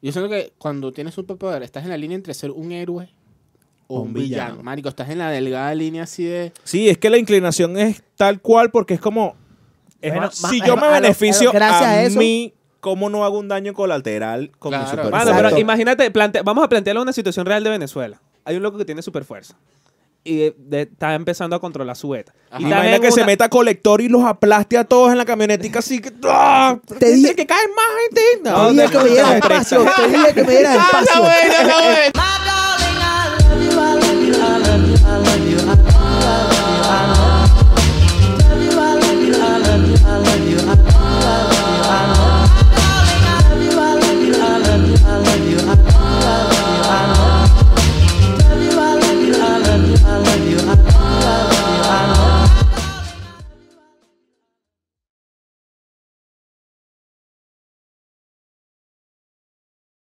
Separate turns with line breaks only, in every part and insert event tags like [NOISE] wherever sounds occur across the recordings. Yo siento que cuando tienes un superpoder, estás en la línea entre ser un héroe o un, villano. Marico, estás en la delgada línea así de.
Sí, es que la inclinación es tal cual porque es como. es
Bueno,
más,
ma-
si
eh,
yo me
a lo-
beneficio
a lo- gracias
a,
a eso-
mí, ¿cómo no hago un daño colateral con mi
Claro.
superpoder?
Exacto.
Mano, pero imagínate, plante- vamos a plantearle una situación real de Venezuela. Hay un loco que tiene super fuerza y de- de- está empezando a controlar su beta.
Ajá.
Y
Imagina
también
Imagina que se
una-
meta colector y los aplaste a todos en la camionetica así que... ¡Ah!
Te dije-
que caen más gente.
Te dije que me dieras espacio. Te
[LAUGHS]
dije que me
[LAUGHS]
dieras espacio.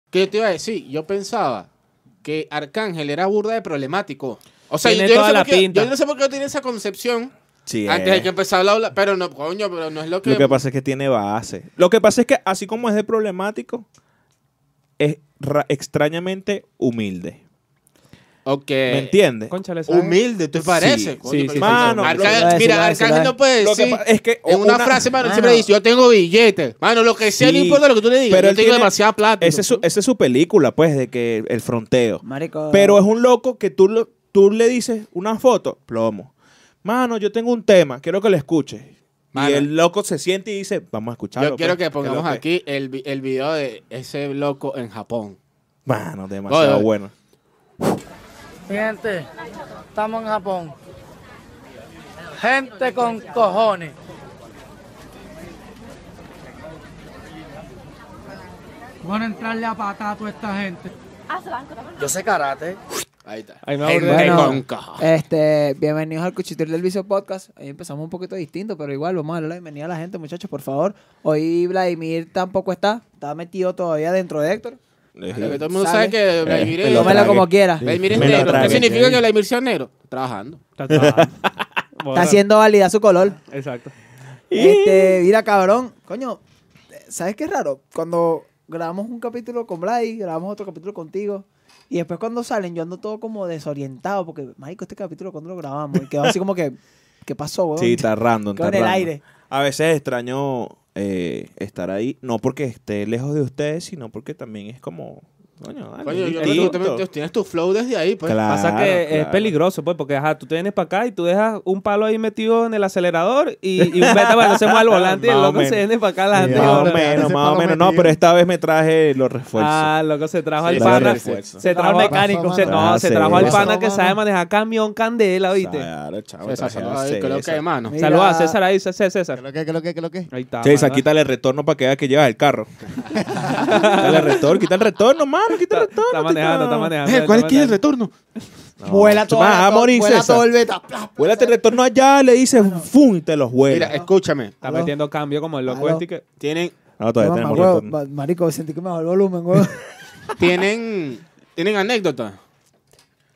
¿Qué yo te iba a decir? Yo pensaba que Arcángel era burda de problemático. O sea,
Tiene
yo, no
toda
sé
la
por qué-
pinta.
yo no sé por qué yo tenía esa concepción
Sí,
antes de
es.
que empezara a hablar- hablar. Pero no, coño, pero no es lo que.
Lo que pasa es que tiene base. Lo que pasa es que así como es de problemático, es ra- extrañamente humilde.
Ok.
¿Me entiendes?
Cónchale, ¿sabes?
Humilde, ¿te parece?
sí,
Coño,
sí,
pero-
sí,
Mano,
Arcángel-
lo que-
lo que-
mira,
lo que-
Arcángel no puede
Lo que
decir.
pa- es que
en una, frase, mano, él siempre dice: Yo tengo billetes. Mano, lo que sea, no
Sí,
importa lo que tú le digas.
pero
Pero yo
él
tengo
tiene-
demasiada plata.
Esa es, su, esa es su película, pues, de que el fronteo.
Marico.
Pero es un loco que tú, lo- tú le dices una foto, plomo. Mano, yo tengo un tema, quiero que lo escuches. Y
Mano.
el loco se siente y dice, vamos a escucharlo.
Yo quiero
pues,
que pongamos
es lo
aquí el, vi- el video de ese loco en Japón.
Mano, demasiado
Oye, oye.
bueno.
Mi gente, estamos en Japón. Gente con cojones. Van a entrarle a patada a toda esta gente. Yo sé karate.
Ahí está.
Ahí me
Gente
acordé.
Bueno,
con
eh,
caja.
Este, bienvenidos al Cuchitril del Vicio Podcast. Hoy empezamos un poquito distinto, pero igual vamos a darle la bienvenida a la gente, muchachos, por favor. Hoy Vladimir tampoco está, está metido todavía dentro de Héctor.
Lo que todo el mundo sabe que Vladimir
Eh, me lo
es-
Tómela
tragué.
como quiera.
Vladimir es
Me lo
negro. ¿Qué
tragué.
significa que Vladimir sea negro? Trabajando.
Está trabajando.
Está
Borra.
haciendo validar su color.
Exacto.
Este, mira, cabrón, coño, ¿sabes qué es raro? Cuando grabamos un capítulo con Vladi, grabamos otro capítulo contigo, y después cuando salen, yo ando todo como desorientado, porque, marico, este capítulo, cuando lo grabamos? Y quedó así como que, ¿qué pasó, weón?
Sí, está random.
Quedó
está
en el
random.
aire.
A veces extraño eh, estar ahí, no porque esté lejos de ustedes, sino porque también es como... Coño, dale,
Coño, yo creo que
distinto.
tú también tienes tu flow desde ahí, pues.
Claro,
Pasa que es
claro.
peligroso, pues, porque ajá, tú te vienes para acá y tú dejas un palo ahí metido en el acelerador y, y un beta bueno, se mueve al volante y el
Más o
loco se
menos.
viene para acá la gente.
Más o
ahora.
menos,
ese
más o
palo
menos. No,
metido.
pero esta vez me traje los refuerzos.
Ah, loco, se trajo
Sí,
al
sí,
pana.
sí,
sí.
Se trajo al
Pasó,
mecánico.
pasó,
se-
mano.
no, se
Ah,
trajo al
sí.
pana
Pasó,
que sabe
mano.
manejar camión candela, ¿viste?
Claro, chavo,
César,
traje a
saluda ahí, que lo que hay,
César.
mano.
Mira.
Saluda a César ahí, César. César.
¿Qué lo que, qué lo que, qué lo que?
Ahí está.
César,
pana.
quítale el retorno para que vea que llevas el
[LAUGHS]
carro. quítale el retorno, quita el retorno, mano, quita el
Está,
retorno.
está manejando,
tío.
está manejando.
Eh,
está
¿Cuál es que es el
manejando.
retorno?
No.
Vuela
Se
todo,
me va a morir,
vuela
César.
todo el beta. plas, plas.
Vuélate el retorno allá, le dices, ¡fum! y te los
Mira,
vuela.
escúchame.
Está
Aló.
metiendo cambio como el loco
Aló.
este que...
Tienen,
No, todavía
Mamá,
tenemos
huevo,
retorno.
ma- marico, sentí que me bajó el volumen, weón.
tienen, tienen anécdotas.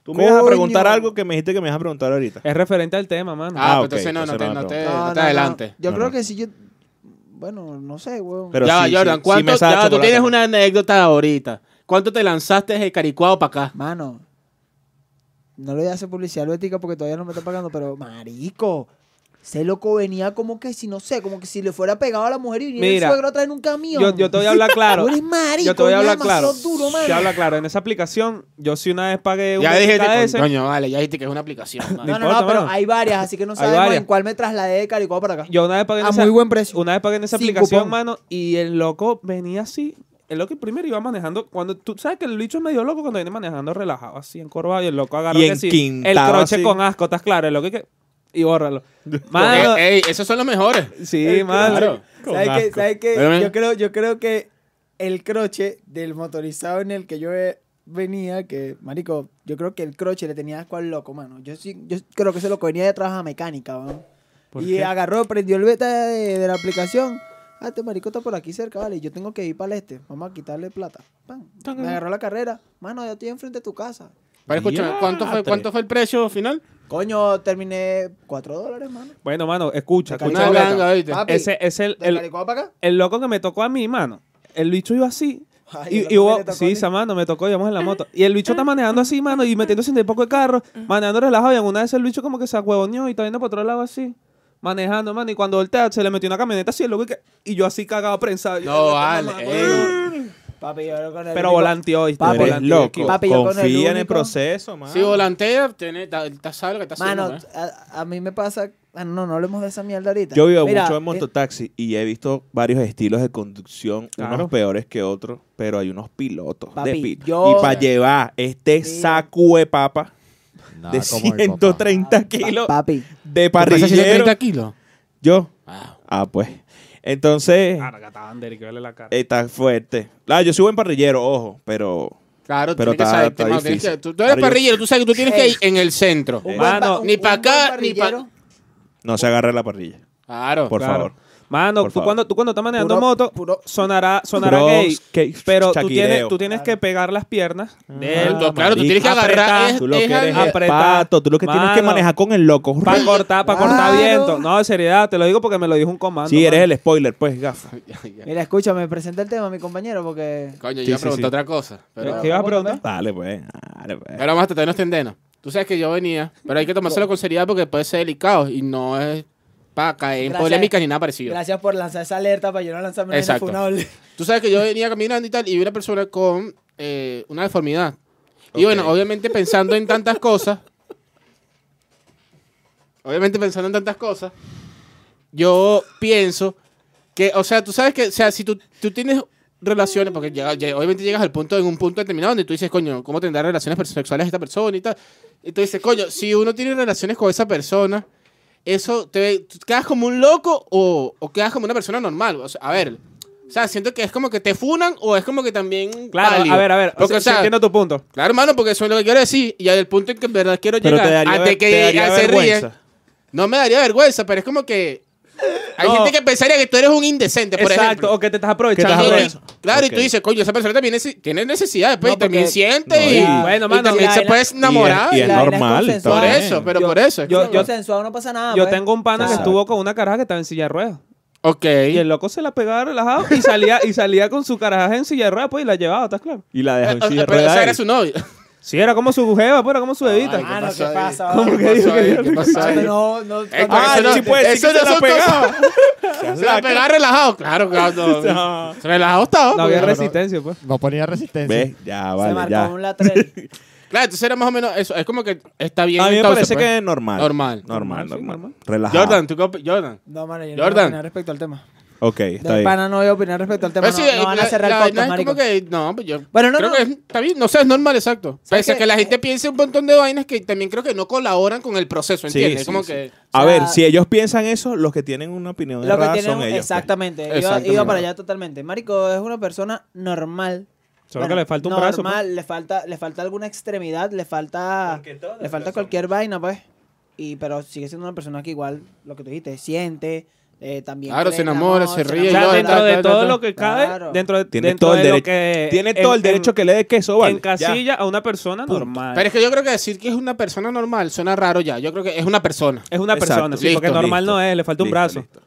Tú me vas a
Coño.
preguntar algo que me dijiste que me vas a preguntar ahorita.
Es referente al tema, mano.
Ah,
Ah,
pues
ok,
entonces no, no
entonces
te,
no
no te,
[LAUGHS] No,
no
no,
te
no.
adelante.
Yo
No,
creo
no.
que si yo, bueno, no sé, weón.
Pero
ya,
sí, sí,
Jordan,
sí
¿cuánto?
me sabe
ya, tú
chocolate.
tienes una anécdota ahorita. ¿Cuánto te lanzaste de Caricuado para acá?
Mano, no le voy a hacer publicidad ética porque todavía no me está pagando, pero marico, ese loco venía como que si no sé, como que si le fuera pegado a la mujer y viniera
Mira,
el suegro a traer un camión.
Yo, yo te voy a hablar claro.
[LAUGHS] Tú eres marico,
yo te voy a
eres
hablar claro.
demasiado duro, mano.
Te hablo claro. En esa aplicación, yo sí una vez pagué un
Ya dijiste,
ese.
coño, vale, ya dijiste que es una aplicación.
No,
mano.
no,
importa,
no, pero
mano.
hay varias, así que no
Hay
sabemos
varias.
en cuál me trasladé de Caricuado para acá.
Yo una vez pagué en
a
esa,
muy buen precio.
una vez pagué en esa
Sin
aplicación,
cupón.
mano, y el loco venía así. El loco primero iba manejando. Cuando tú sabes que el bicho es medio loco cuando viene manejando relajado, así encorvado, y el loco agarra
Y
que sí, el
enquintado
croche
así.
con asco, ¿estás claro? El loco que.
[LAUGHS]
Y bórralo.
Porque,
Mano,
ey, esos son los mejores.
sí, mano.
Eh, Claro.
¿Sabes qué? ¿Sabes qué?
Pero ven.
Yo creo, yo creo que el croche del motorizado en el que yo eh, venía, que, marico, yo creo que el croche le tenía asco al loco, mano. Yo sí, yo creo que ese loco venía de trabajar mecánica, mano.
¿Por
Y
qué?
agarró, prendió el beta de, de la aplicación. Ah, este marico está por aquí cerca, vale. Yo tengo que ir para el este. Vamos a quitarle plata. Pam. Me agarró la carrera. Mano, ya estoy enfrente de tu casa.
Pero escúchame, ¿cuánto fue,
Diatre.
¿cuánto fue el precio final?
Coño, terminé 4 dólares, mano.
Bueno, mano, escucha,
Te
escucha.
Una
Caricuado
beta.
ganga, ¿viste?
Papi,
Ese es el,
¿De
el,
Caricuado para acá?
el loco que me tocó a mí, mano. El bicho iba así.
Ay,
Y, y
yo
hubo-
creo que le tocó
sí,
ni-
esa mano, me tocó, íbamos en la moto. Y el bicho está manejando así, mano, y metiéndose en el poco de carro, manejando relajado. Y en una vez el bicho como que se ahuevoneó y está viendo para otro lado así, manejando, mano. Y cuando voltea, se le metió una camioneta así, el loco, y, que- y yo así cagado prensado. Yo,
No,
"Esta
vale.
mamá,
ey.
Papi, yo creo que con el
Pero
único-
volanteó hoy.
Papi,
Tú eres
volante,
loco.
Papi, yo con el
Confía en el
único-
proceso, mano.
Si volantea, tiene, está, está sabe lo que está haciendo.
Mano,
¿eh?
a, a mí me pasa. ah, no, no hablemos de esa mierda ahorita.
Yo vivo
Mira,
mucho en
eh,
mototaxi y he visto varios estilos de conducción,
Claro.
unos peores que otros, pero hay unos pilotos de
Papi,
pito.
yo-
Y para llevar este
Sí.
saco de papa
Nada
de
como el papá.
130 kilos
Papi,
¿Te
de
pesa
parrillero.
130 kilos?
Yo,
Wow.
ah, pues. Entonces,
Carga, Tander, y que vale la cara.
está fuerte. Claro, yo soy buen parrillero, ojo, pero
Claro,
Pero
tienes que
está-
saber.
está
mano, tienes
difícil.
que- tú, tú eres
Ahora yo-
parrillero, tú sabes que tú tienes que ir en el centro.
un
Mano,
buen pa-
ni
un-
pa'
un
acá,
buen
ni pa-
parrillero,
no se agarre la parrilla,
Claro.
por
Claro.
favor.
Mano,
Por
tú
favor.
cuando, tú cuando estás manejando
Puro-
moto,
puro-
sonará, sonará
Puro
gay,
skate-
pero tú
shaquireo.
tienes, tú tienes que pegar las piernas
Ah.
de él
Tú- claro, tú
marica,
tienes que agarrar.
apretá.
Es,
Tú lo
es
que eres
al-
es
apretar.
pato, tú lo que tienes que
Mano.
manejar con el loco.
para cortar, para cortar
Claro.
viento. No, de seriedad, te lo digo porque me lo dijo un comando.
Si eres
mano.
el spoiler, pues, gafa.
Mira, escúchame, presenta el tema, mi compañero, porque.
[LAUGHS] Coño,
Sí,
yo iba a
sí,
preguntar
sí.
otra cosa. Pero,
¿Qué ibas a preguntar?
Dale, pues, dale, pues.
pero vamos a tratar de no extendernos. Tú sabes que yo venía, pero hay que tomárselo con seriedad porque puede ser delicado y no es para caer en
Gracias.
polémicas ni nada parecido.
Gracias por lanzar esa alerta para yo no lanzarme en el
Exacto.
funable.
Tú sabes que yo venía caminando y tal y vi una persona con eh, una deformidad. Y bueno,
Ok.
obviamente pensando en tantas cosas, obviamente pensando en tantas cosas, yo pienso que, o sea, tú sabes que, o sea, si tú, tú tienes relaciones, porque llega- llega- obviamente llegas al punto, en un punto determinado donde tú dices, coño, ¿cómo tendrá relaciones sexuales esta persona y tal? Y tú dices, coño, si uno tiene relaciones con esa persona, eso te tú quedas como un loco o, o quedas como una persona normal. O sea, a ver, o sea, siento que es como que te funan o es como que también.
Claro,
válido.
a ver, a ver.
Porque,
o sea,
o sea,
entiendo tu punto.
Claro, hermano, porque eso es lo que quiero decir. Y al punto en que en verdad quiero
Pero
llegar.
te daría,
antes
ver-
que
te daría
se ríe,
vergüenza.
No me daría vergüenza, pero es como que. Hay
No.
gente que pensaría que tú eres un indecente, por
Exacto,
ejemplo.
o que te estás
Y-
aprovechando.
Que estás
de
y-
eso.
Claro, y
Ok.
tú dices, coño, esa persona también es- tiene necesidades, pues,
No,
y también
porque-
siente
No,
y,
y-
Bueno,
y
mano,
también
la-
se
la-
puedes enamorar.
Y es, y es
La vaina es
normal. está
por
consensuada.
bien.
eso, pero
Yo-
por eso. es
[LAUGHS] yo-
como-
Yo, sensuado no pasa nada.
Yo
pues.
tengo un pana que
Exacto.
estuvo con una caraja que estaba en silla de ruedas.
ok.
Y el loco se la pegaba relajado y salía, y salía con su caraja en silla de ruedas, pues, y la llevaba, ¿estás claro?
Y la
Eh,
dejó en
o-
silla
[LAUGHS]
de
pero esa era
ruedas.
su novia.
Ah,
[LAUGHS]
Sí, era como su jeva, pues, era como su bebita.
Mano, ¿qué
pasó ahí?
pasa?
¿Cómo
vale?
que dijo que yo-
¿Qué pasó ahí?
Escúchame, No, no.
Eh,
no,
eso no-
sí puede decir
eso
que
no
se la
son
[LAUGHS]
cosas- Se la
Saca.
pegaba relajado, claro, claro.
[LAUGHS] No.
Relajado estaba.
no había
porque-
res-
resistencia, pues.
No ponía resistencia.
¿Ves?
Ah,
Ya,
se
vale,
marcó
ya.
un lateral.
[LAUGHS]
Claro, entonces era más o menos eso. Es como que está bien.
A mí me
entonces,
parece
pues.
que es normal.
Normal.
Normal,
Normal, sí,
normal.
normal.
Relajado.
Jordan, tú qué opi- Jordan.
No, mano, yo no voy a
Jordan.
opinar respecto al tema.
Ok, está
De
bien.
pana no voy a opinar respecto al tema.
Pero
No,
Pues sí,
no van a
la-
cerrar
la
el
vaina
podcast,
es
marico.
como que, no, pues yo
Bueno, no,
creo
no.
que es- está bien, no sé, es normal, exacto.
¿Sabes
Pese a
qué?
que la gente piense un montón de vainas que también creo que no colaboran con el proceso,
Sí,
¿entiendes?
sí,
como
sí.
que...
A
O sea-
ver, si ellos piensan eso, los que tienen una opinión
Lo que
errada
tienen-
son ellos. pues.
exactamente. Iba-
Exactamente.
Iba, para allá totalmente. Marico es una persona normal.
Solo que le falta un brazo, pues.
Normal, le falta, le falta alguna extremidad, le falta, le falta cualquier vaina, pues. Y pero sigue siendo una persona que igual, lo que tú dijiste, siente, eh, también.
Claro,
cree
se
en
enamora,
amor,
se
se
ríe,
O
Sí,
sea,
enamora.
yo-
dentro
ta,
de
ta,
todo
ta,
lo que cabe,
Claro.
dentro de,
Tiene
dentro
todo
de
el
lo
derecho.
que
Tiene
en-
todo el derecho
en-
que le dé queso, vale.
En casilla a una persona
Punto.
normal.
Pero es que yo creo que decir que es una persona normal suena raro ya. Yo creo que es una persona.
es una
Exacto.
persona, sí,
Listo,
porque normal
listo.
no es, le falta un
Listo,
brazo.
listo.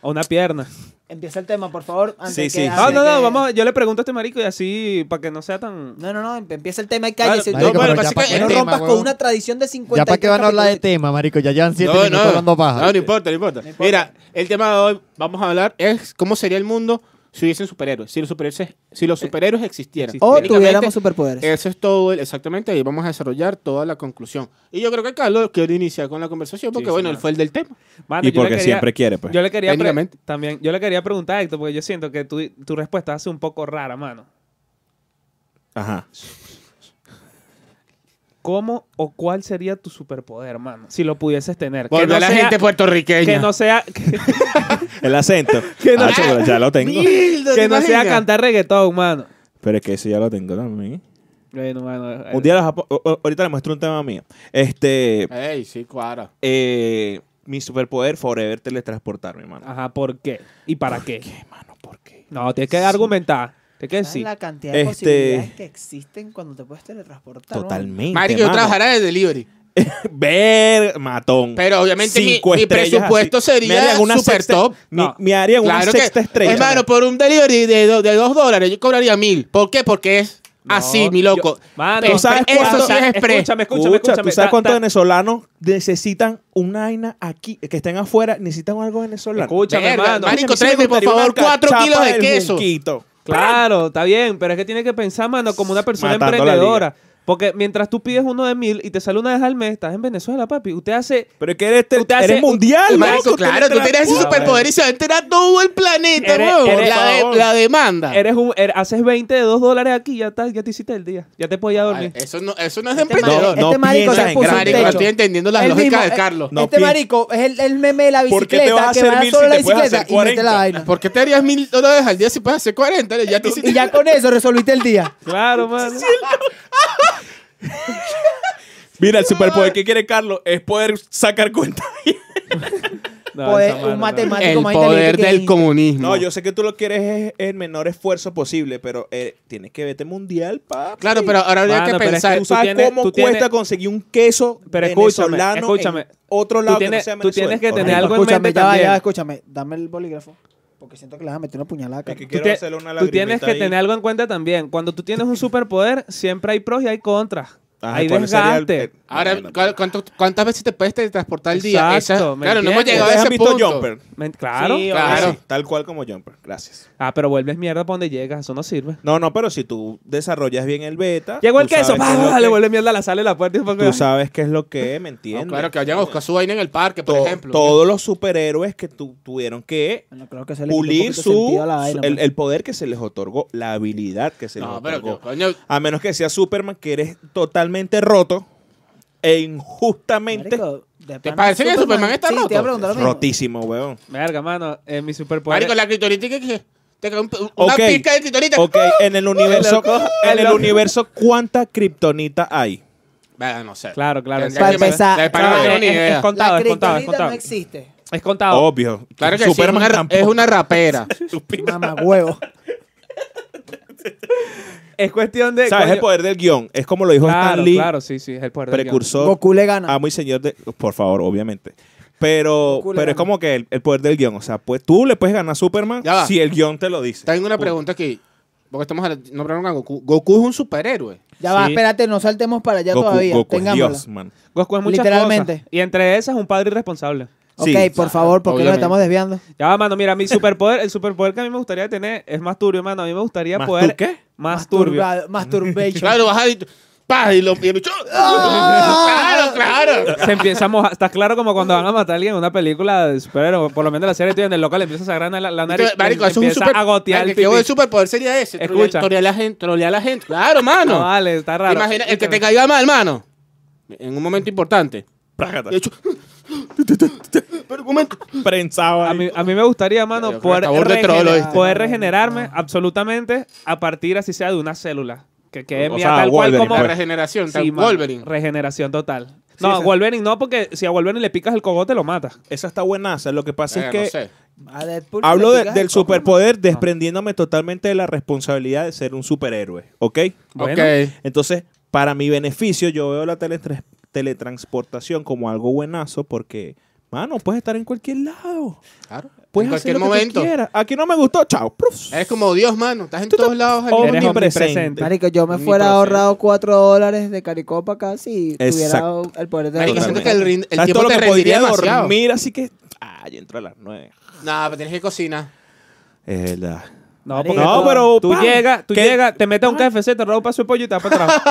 O una pierna. Ah,
Empieza el tema, por favor. antes
Sí,
que-
sí.
antes
No, no, no,
que-
vamos, yo le pregunto a este marico y así, para que no sea tan...
No, no, no, em- empieza el tema y
Claro,
cállese.
Marico,
No,
bueno,
pero
pasa
ya pa'
que
qué
el
no
nos
tema,
rompas
huevón.
con una tradición de 50
Ya para qué van a hablar de tema, marico. Ya llevan siete minutos hablando paja. Este
No, no importa, no importa.
importa.
Mira, el tema de hoy vamos a hablar es cómo sería el mundo si hubiesen superhéroes, si los superhéroes, si los superhéroes existieran.
O
Técnicamente,
tuviéramos superpoderes.
Eso es todo, el- exactamente, ahí vamos a desarrollar toda la conclusión. Y yo creo que Carlos quiere iniciar con la conversación porque,
Sí, sí,
bueno, él
mano.
fue el del tema.
Mano,
Y
yo le
porque
quería-
siempre quiere, pues.
Yo le quería pre-
Técnicamente.
también, yo le quería preguntar a Héctor, porque yo siento que tu, tu respuesta hace un poco rara, mano.
Ajá.
¿Cómo o cuál sería tu superpoder, mano? Si lo pudieses tener. Que
Volvió
no
la
sea-
gente puertorriqueña.
Que no sea, que,
El acento.
[LAUGHS] Que no-
Ah, pero ya lo tengo.
Mierda,
que
¿te
no sea
imaginas?
cantar reggaetón, mano.
Pero es que eso ya lo tengo también.
Bueno, mano. eh,
Un día los japo- o- o- ahorita le muestro un tema mío. Este,
Ey, sí, claro.
eh, mi superpoder forever teletransportarme,
Ah,
mano.
Ajá, ¿por qué? ¿Y para qué?
Mano, ¿por qué?
No, tienes que argumentar. Tienes que
¿Sabes
decir.
la cantidad de
Este-
posibilidades que existen cuando te puedes teletransportar? mano?
Totalmente.
Marico, yo
mano.
trabajará de delivery.
Ver, matón.
Pero obviamente mi,
Cinco
mi
estrellas
presupuesto
así. Me
sería
harían una
super
sexta-
top.
mi- me harían una sexta estrella.
Hermano, por un delivery de, do- de dos dólares, yo cobraría mil. ¿Por qué? Porque es así, mi loco.
Mano,
Pero
¿tú sabes
eso
cuánto-
sí es express.
Escúchame, escúchame,
Escucha,
escúchame.
¿Tú sabes
Ta-
cuántos
ta-
venezolanos necesitan una aina aquí? Que estén afuera, necesitan algo venezolano.
Escúchame,
Verga,
hermano.
marico,
Coño, a mí sí me
tráeme, por
gustaría
favor,
una
cuatro
cachapa
kilos de
del
queso.
Junquito.
Claro, está bien, pero es que tiene que pensar, mano, como una persona
Matando la
emprendedora. Porque mientras tú pides uno de mil y te sale una vez al mes, estás en Venezuela, papi. Usted hace.
Pero es que eres, te-
Tú te
eres
haces-
mundial,
Marico,
loco,
claro, tú
la
tienes ese
puta,
superpoder y se va a enterar todo el planeta,
Eres-
huevón.
eres-
la, de-
por favor.
la demanda.
Eres un, er- haces 20 de 2 dólares aquí, ya, está, ya te hiciste el día. Ya te podías dormir.
Vale,
eh.
eso, no, eso no es de
Este
emprendedor.
marico,
no
este marico
piensas
se
en
puso un
grande.
Marico, no
techo.
estoy entendiendo las
Él
lógicas
mismo,
de
eh,
Carlos.
No
este
piensa.
marico es el, el meme de la
¿Por qué
bicicleta.
te vas a
que
hacer
va
mil
solo
si
la
te puedes
bicicleta
hacer
y mete
40?
la vaina.
¿Por qué te harías mil dólares al día si puedes hacer 40? Ya te hiciste-
Y ya con eso resolviste el
[LAUGHS]
día.
[LAUGHS]
Claro, mano.
Mira, el superpoder que quiere Carlos es poder sacar cuenta.
[LAUGHS]
No,
Poder-
esa mano,
un
no.
matemático
El
más
poder
inteligente que
del
Einstein.
comunismo.
No, yo sé que tú lo quieres es el menor esfuerzo posible, pero eh, tienes que vete mundial, papi.
Claro, pero ahora habría
Mano,
que
pero es que
pensar.
tú sabes
tienes-
cómo
tú
cuesta
tienes-
conseguir un queso
Pero escúchame,
venezolano
escúchame.
en otro
Tú
lado que
tienes-
no sea
tú
Venezuela.
tienes que tener
Horrible.
algo en
Escúchame,
mente
ya va, ya
también.
va, escúchame. Dame el bolígrafo. Porque siento que le vas a meter una puñalada.
Es que
Carlos.
Tú,
quiero
te-
hacerle una
tú tienes
lagrimita
que
ahí.
tener algo en cuenta también. Cuando tú tienes un superpoder, siempre hay pros y hay contras.
Ajá,
hay
¿cuál sería el-
desgaste.
el-
Ahora,
Bueno,
¿cu- cuánto- ¿cuántas veces te puedes teletransportar al día? Esa-
Exacto, ¿me
claro, no hemos
entiendes?
llegado a
¿Ustedes
ese
han visto
punto.
Jumper?
Men- Claro.
Sí,
Claro.
Sí, tal cual como Jumper. Gracias.
Ah, pero vuelves mierda para donde llegas. Eso no sirve.
No, no, pero si tú desarrollas bien el beta.
Llegó el
tú
queso.
sabes qué es lo
pa,
que-
Le vuelve mierda, la sale la puerta. y un poco de-
Tú sabes qué es lo que es, ¿me entiendes?
No, claro, que vayan a buscar su vaina en el parque, por
To-
ejemplo.
Todos los superhéroes que tu- tuvieron que
Bueno, claro que se le quitó un
pulir
poquito
su,
sentido a la vaina,
su- el,
pues.
el poder que se les otorgó, la habilidad que se les
No, pero
otorgó.
que, coño.
A menos que sea Superman, que eres totalmente roto e injustamente
Marico, de
¿Te
pana
parece que Superman está
sí, Te iba a
roto?
preguntar lo mismo.
rotísimo, weón.
Verga, mano. eh, mi superpoder.
Marico, la criptonita que- que. Te cae un- una
Ok,
pica de criptonita.
Ok, en el universo,
loco,
en el
loco.
universo, ¿cuánta kriptonita hay?
Bueno, no sé.
Claro, claro.
Tendría
Para
que-
empezar,
de pana
Claro,
no tengo
es,
ni
es-
idea.
es contado,
la
es contado, es
criptonita
contado.
no existe.
Es contado.
Obvio.
Claro que sí, es
Superman
una-
tampoco.
es una
[LAUGHS]
rapera.
Mamá huevo.
Es cuestión de.
¿Sabes?
coño,
El poder del guión. Es como lo dijo
Claro,
Stan Lee,
claro, sí, sí. Es el poder del guión.
precursor.
Goku le gana.
Amo y señor de. Por favor, obviamente. Pero,
Goku le
pero es
gana.
como que el, el poder del guión. O sea, pues tú le puedes ganar a Superman
Ya va.
si el guión te lo dice.
Tengo una pregunta aquí. Porque estamos a nombraron a Goku. Goku es un
[LAUGHS]
superhéroe.
Ya va,
Sí.
espérate, no saltemos para allá
Goku,
todavía.
Goku es
Tengámosla.
Dios, man.
Goku es muchas
Literalmente.
cosas. Y entre esas, un padre irresponsable.
Ok,
Sí,
por favor, porque nos
obviamente.
estamos desviando.
Ya va, mano. Mira, mi superpoder, el superpoder que a mí me gustaría tener es más turbio, mano. A mí me gustaría
¿Más
poder.
tú qué?
Más turbio.
Masturba- Masturbation.
Claro, vas a. ¡Pah! Y lo. y el
[LAUGHS]
bicho- ¡Ah! ¡Claro, claro!
Se empieza a mojar. Estás claro como cuando van a matar a alguien en una película de superhéroes, por lo menos en la serie, tú en el local empiezas a granar la, la nariz.
Entonces, marico, eso es un
empieza
super.
a gotear el
marico, yo,
pipí.
el superpoder sería ese.
Escucha.
Trolear, trolear a la gente, trolear a la gente. Claro, mano.
No, vale, está raro.
Imagina, el que te
Escúchame.
caiga mal, mano. En un momento importante.
Prácata.
De hecho, [LAUGHS] pero un momento.
Prensaba.
A mí, a mí me gustaría,
Yo
mano,
creo que
poder,
está burda de trolo
regenerar-
este.
poder regenerarme absolutamente a partir, así sea, de una célula. Que quede
O
mía
sea,
tal
Wolverine,
cual como...
La
Bueno.
pues. regeneración,
Sí,
tal
mano,
Wolverine.
Regeneración total. No,
esa-
Wolverine no, porque si a Wolverine le picas el cogote, lo matas.
Esa está buenaza. Lo que pasa
Verga,
es que.
Eh, no sé. Ah.
A Deadpool
Hablo
le
de-
picas el
del
coco.
superpoder desprendiéndome totalmente de la responsabilidad de ser un superhéroe, ¿ok?
Bueno,
Ok.
Entonces, para mi beneficio, yo veo la teletra- teletransportación como algo buenazo porque, mano, puedes estar en cualquier lado.
Claro.
Puedes
en
hacer
cualquier
lo
momento.
que tú quieras. Aquí no me gustó, chao. Pruf.
Eres como Dios, mano. Estás en todos lados. al
Omnipresente.
mismo
Eres
tiempo.
omnipresente.
Marico, yo me
Ni
fuera
procede.
ahorrado 4 dólares de Caricopa casi si
Exacto.
tuviera el poder de
Marico,
la
siento
Totalmente.
que el, rin- el
¿Sabes
tiempo
todo lo
te
que
rendiría
podría
demasiado. No,
dormir? Así que, ah, yo entro a las nueve.
pero tienes que cocinar.
Es verdad.
No,
Marico.
porque
No,
tú,
pero,
tú
pan,
llegas, tú
¿qué?
llegas, te metes a un KFC, te robas su pollo y te vas
[LAUGHS]
para atrás.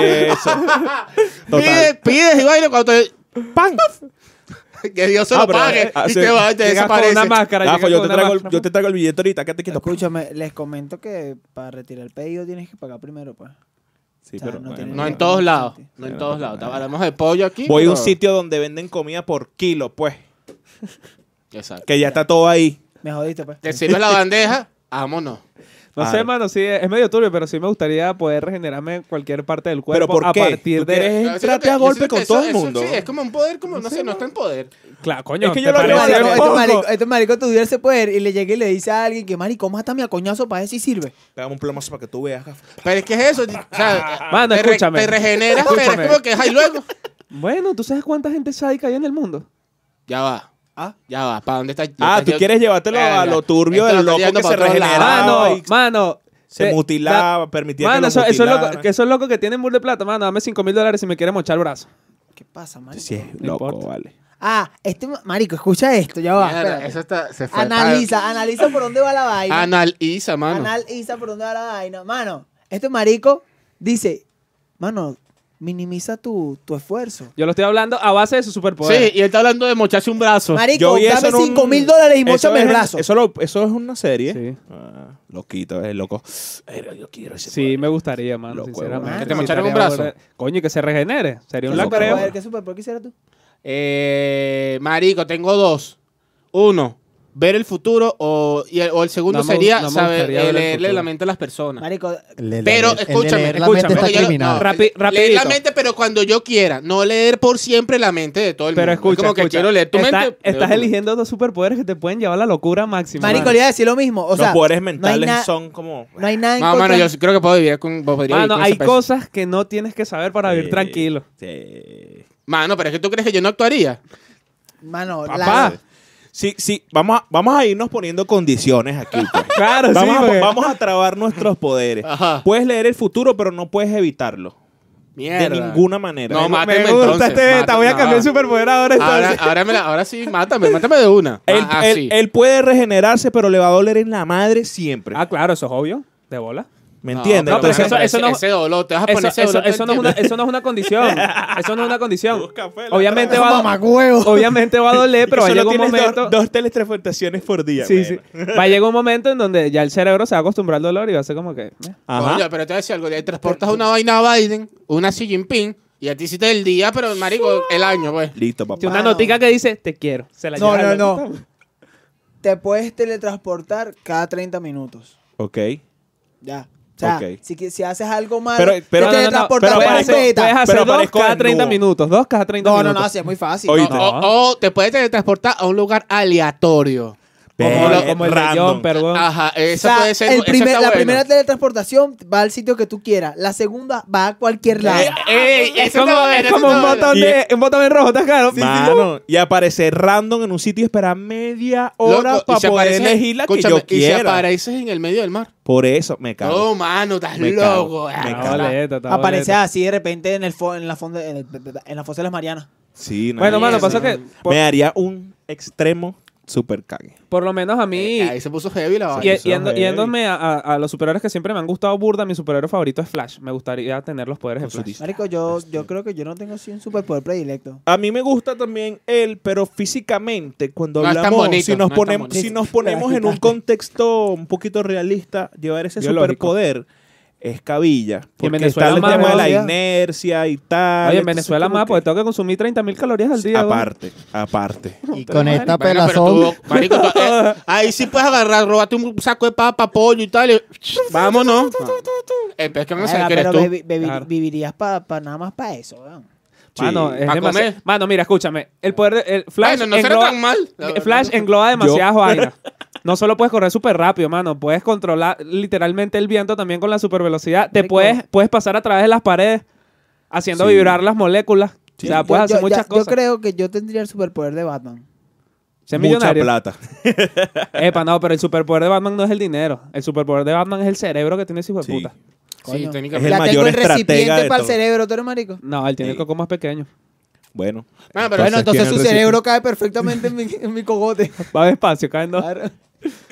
Eh, Eso.
Pides,
Total.
pides y baila cuando te...
¡Pam!
[LAUGHS] Que Dios se
Ah,
lo
pero,
pague.
eh, ah,
y
sí.
te va y te
Llegas con
desaparece.
una máscara.
Gafo,
llegas
yo te,
con una
traigo el,
máscara.
yo te traigo el billete ahorita, quédate quieto.
Escúchame, les comento que para retirar el pedido tienes que pagar primero, pues.
Sí,
O sea,
pero
no
bueno.
tiene-
No en todos lados.
Sí,
No en todos lados. Hablamos de pollo aquí.
Voy a un
pero-
sitio donde venden comida por kilo, pues.
Exacto.
Que ya está todo ahí.
Me jodiste, pues.
Te sirves la bandeja, vámonos.
No
Ah.
sé, mano, sí, es medio turbio, pero sí me gustaría poder regenerarme en cualquier parte del
¿Pero
cuerpo
por qué?
a partir
¿Tú
de.
quieres-
Pero yo
Entrate
siento que-
a
yo
golpe
siento que
con
eso-
todo el
eso
mundo.
Sí, es como un poder, como, no sé, no está en poder.
Claro, coño.
Es que
¿te
yo lo
parece?
veo
Marico,
de
este,
poco.
marico, este marico tuviera ese poder y le llega y le dice a alguien que, marico, mátame a coñazo para ver si sirve.
Pegamos un plomazo para que tú veas. Gafo.
Pero es que es eso. O sea,
Mano,
te re-
escúchame.
te regeneras, pero es
Escúchame.
como que, ay, luego.
Bueno, ¿tú sabes cuánta gente sádica hay en el mundo?
Ya va.
Ah.
Ya va. ¿Para dónde está?
Ah, tú quieres llevártelo a lo turbio del loco que se regeneraba.
Mano,
y
mano.
se
te-
mutilaba, permitía que
Mano,
lo
eso, eso es loco,
mutilaran.
que esos locos que tienen burda de plata, mano, dame 5 mil dólares si me quieren mochar el brazo.
¿Qué pasa, marico?
Sí, es
No
loco,
importa.
vale.
Ah, este ma- marico, escucha esto, ya
Ah,
va. espérate.
Eso está, se fue
Analiza, analiza por dónde va la vaina.
para- Analiza, mano.
Analiza por dónde va la vaina. Mano, este marico dice, mano, minimiza tu, tu esfuerzo.
Yo lo estoy hablando a base de su
sí,
superpoder.
y él está hablando de mocharse un brazo.
Marico,
vi eso
dame
en un-
5 mil dólares y
Eso
mochame
es
el
en-
brazo.
Eso, lo- eso es una serie.
Sí.
Ah, loquito, es loco. Pero yo quiero ese
Sí, me gustaría, mano,
Loco,
sinceramente.
hermano.
¿Que te
Sí,
mocharan un
estaría
brazo?
burda- Coño, y que se regenere. Sería
¿Qué
un loco.
superpoder, ¿Qué superpoder quisieras tú?
Eh, marico, tengo dos. Uno, ver el futuro o, y el, o el segundo
No me gu-
sería
no me
saber
gustaría ver el
leerle
futuro.
la mente a las personas.
Marico,
Pero escúchame,
escúchame,
Porque
Está
yo lo-
criminal.
no,
Rapi-
leer la
rapidito.
mente, pero cuando yo quiera. No leer por siempre la mente de todo el
Pero
mundo.
escucha,
Es como que
escucha.
quiero leer tu
Está-
mente.
Estás
pero-
eligiendo dos superpoderes que te pueden llevar a la locura máxima.
marico,
mano.
le iba a decir lo mismo. O sea,
Los poderes
no hay
mentales
na-
son como.
No hay nada en
No,
contra.
mano, yo sí creo que puedo vivir con. podría vivir
Mano,
con
hay
ese peso.
cosas que no tienes que saber para vivir
Sí,
tranquilo.
Sí.
Mano, pero es que tú crees que yo no actuaría.
Mano, la-
Papá.
Sí, sí, vamos a, vamos a irnos poniendo condiciones aquí. pues.
Claro,
vamos,
[LAUGHS] sí,
a,
porque-
vamos a trabar nuestros poderes.
Ajá.
Puedes leer el futuro, pero no puedes evitarlo.
Mierda.
De ninguna manera.
No,
El-
ma-
Me
Mátenme
gusta
entonces,
este beta, voy
mátenme,
a cambiar el
va.
superpoder ahora entonces.
Ahora, ahora, me la- ahora sí, mátame, mátame de una.
él,
Ah,
él-
sí.
él puede regenerarse, pero le va a doler en la madre siempre.
Ah, claro, eso es obvio. De bola.
¿Me
No,
entiendes?
pero
pero
Entonces-
mano,
eso- eso
ese-
no-
Ese dolor, te vas a
Eso,
poner ese
eso-
dolor.
eso no es una, eso no es una condición.
[LAUGHS]
Eso no es una condición.
pues,
Obviamente va, a- obviamente va a
[LAUGHS]
doler, pero va a
Solo
llegar un
tienes
momento.
dos, dos teletransportaciones por día.
sí,
bueno.
sí. Va a llegar un momento en donde ya el cerebro se va a acostumbrar al dolor y va a ser como que. eh.
[LAUGHS] Ajá.
Coño, pero te voy a decir algo. Le transportas una vaina a Biden, una Xi Jinping, y a ti hiciste el día, pero marico, el año, pues.
Listo, papá.
Una
Mano.
notica que dice, te quiero. Se la
No,
lleva
no,
al-
no. Te puedes teletransportar cada 30 minutos.
Ok.
Ya. O sea,
Ok.
si, que- si haces algo malo,
Pero-
te
pero-
No, no, no, no,
teletransportas
pero
con
para
puedes
eso-
hacer,
peta.
puedes hacer
Pero
dos
parezco
cada
desnudo.
30 minutos. Dos cada 30
No, no,
minutos.
no, así es muy fácil.
Oye,
No,
Oíste.
o, o te puedes teletransportar a un lugar aleatorio.
Como,
Pero
lo- como el de
random.
John, pero bueno. [LAUGHS]
Ajá,
O
eso
sea,
puede ser.
el
eso
primer-
está
la
bueno.
primera teletransportación va al sitio que tú quieras. La segunda va a cualquier lado.
Eh, ey,
es
eso
como,
está bueno,
es
eso
como
está
un
bueno.
botón, de, un botón en rojo, ¿estás claro?
Mano, y aparecer random en un sitio y esperar media
Loco,
hora
y
para
si
poder
apareces-
elegir la que
escúchame,
yo
Y si
quiera.
apareces en el medio del mar.
Por eso me cago.
No, mano, estás
Me cago,
loco.
me
Ah,
Está
cago.
carajo.
boleta, está
Aparece
boleta.
así de repente en el fo- en la fonda en, el- en la fosa de las Marianas.
Sí, no,
Bueno, mano,
Eso.
pasa que por,
Me haría un extremo super cague.
por lo menos a mí,
Eh, Ahí se puso heavy la
y-
vaina.
eso es
yendo-
heavy.
yéndome a, a- a los superhéroes que siempre me han gustado burda, mi superhéroe favorito es Flash. Me gustaría tener los poderes de Flash.
Marico, yo, yo creo que yo no tengo así un superpoder predilecto.
A mí me gusta también él, pero físicamente, cuando
No es tan
hablamos,
bonito,
si, nos
no es tan
ponemos,
bonito.
si nos ponemos en un contexto un poquito realista, llevar ese
Biológico.
superpoder es cabilla. Porque
Venezuela
está el
más,
tema de la
¿no?
inercia y tal.
Oye, en
entonces
Venezuela
como
más,
que-
porque tengo que consumir 30.000 calorías al día. güey.
Aparte,
[LAUGHS]
aparte.
Y con esta
Bueno, pero
pelazón.
tú, marico, tú-
[LAUGHS]
eh, ahí sí puedes agarrar, robarte un saco de papa, pollo y tal. y- Ah. vámonos. El pez que van a
Verga,
saber que eres
pero
tú.
bebi- bebi-
Claro.
vivirías pa- pa- nada más para eso. weón.
Mano, es
Pa'
demasi-
comer.
Mano, mira, escúchame. El poder de, el Flash.
Bueno, no será
engloba-
tan mal, la
eh,
verdad.
Flash engloba
[LAUGHS]
demasiadas vainas. No solo puedes correr súper rápido, mano. Puedes controlar literalmente el viento también con la super velocidad. Te
Marico.
puedes, puedes pasar a través de las paredes haciendo
Sí.
vibrar las moléculas. O sea,
Yo-
puedes hacer
yo-
muchas
ya-
cosas.
Yo creo que yo tendría el superpoder de Batman.
Ser
Mucha
millonario.
plata.
[LAUGHS] Epa, no, pero el superpoder de Batman no es el dinero. El superpoder de Batman es el cerebro que tiene ese hijo de
Sí.
puta.
Sí,
Coño.
Es
técnicamente.
el
ya tengo
mayor
el
estratega
recipiente
de
para
todo.
el cerebro, ¿tú eres marico?
No, él tiene el
Sí.
coco más pequeño. [LAUGHS]
Bueno.
Bueno, pero
Bueno, entonces
tiene
su
el recipiente.
cerebro cae perfectamente en mi, en mi cogote.
Va despacio, caen dos.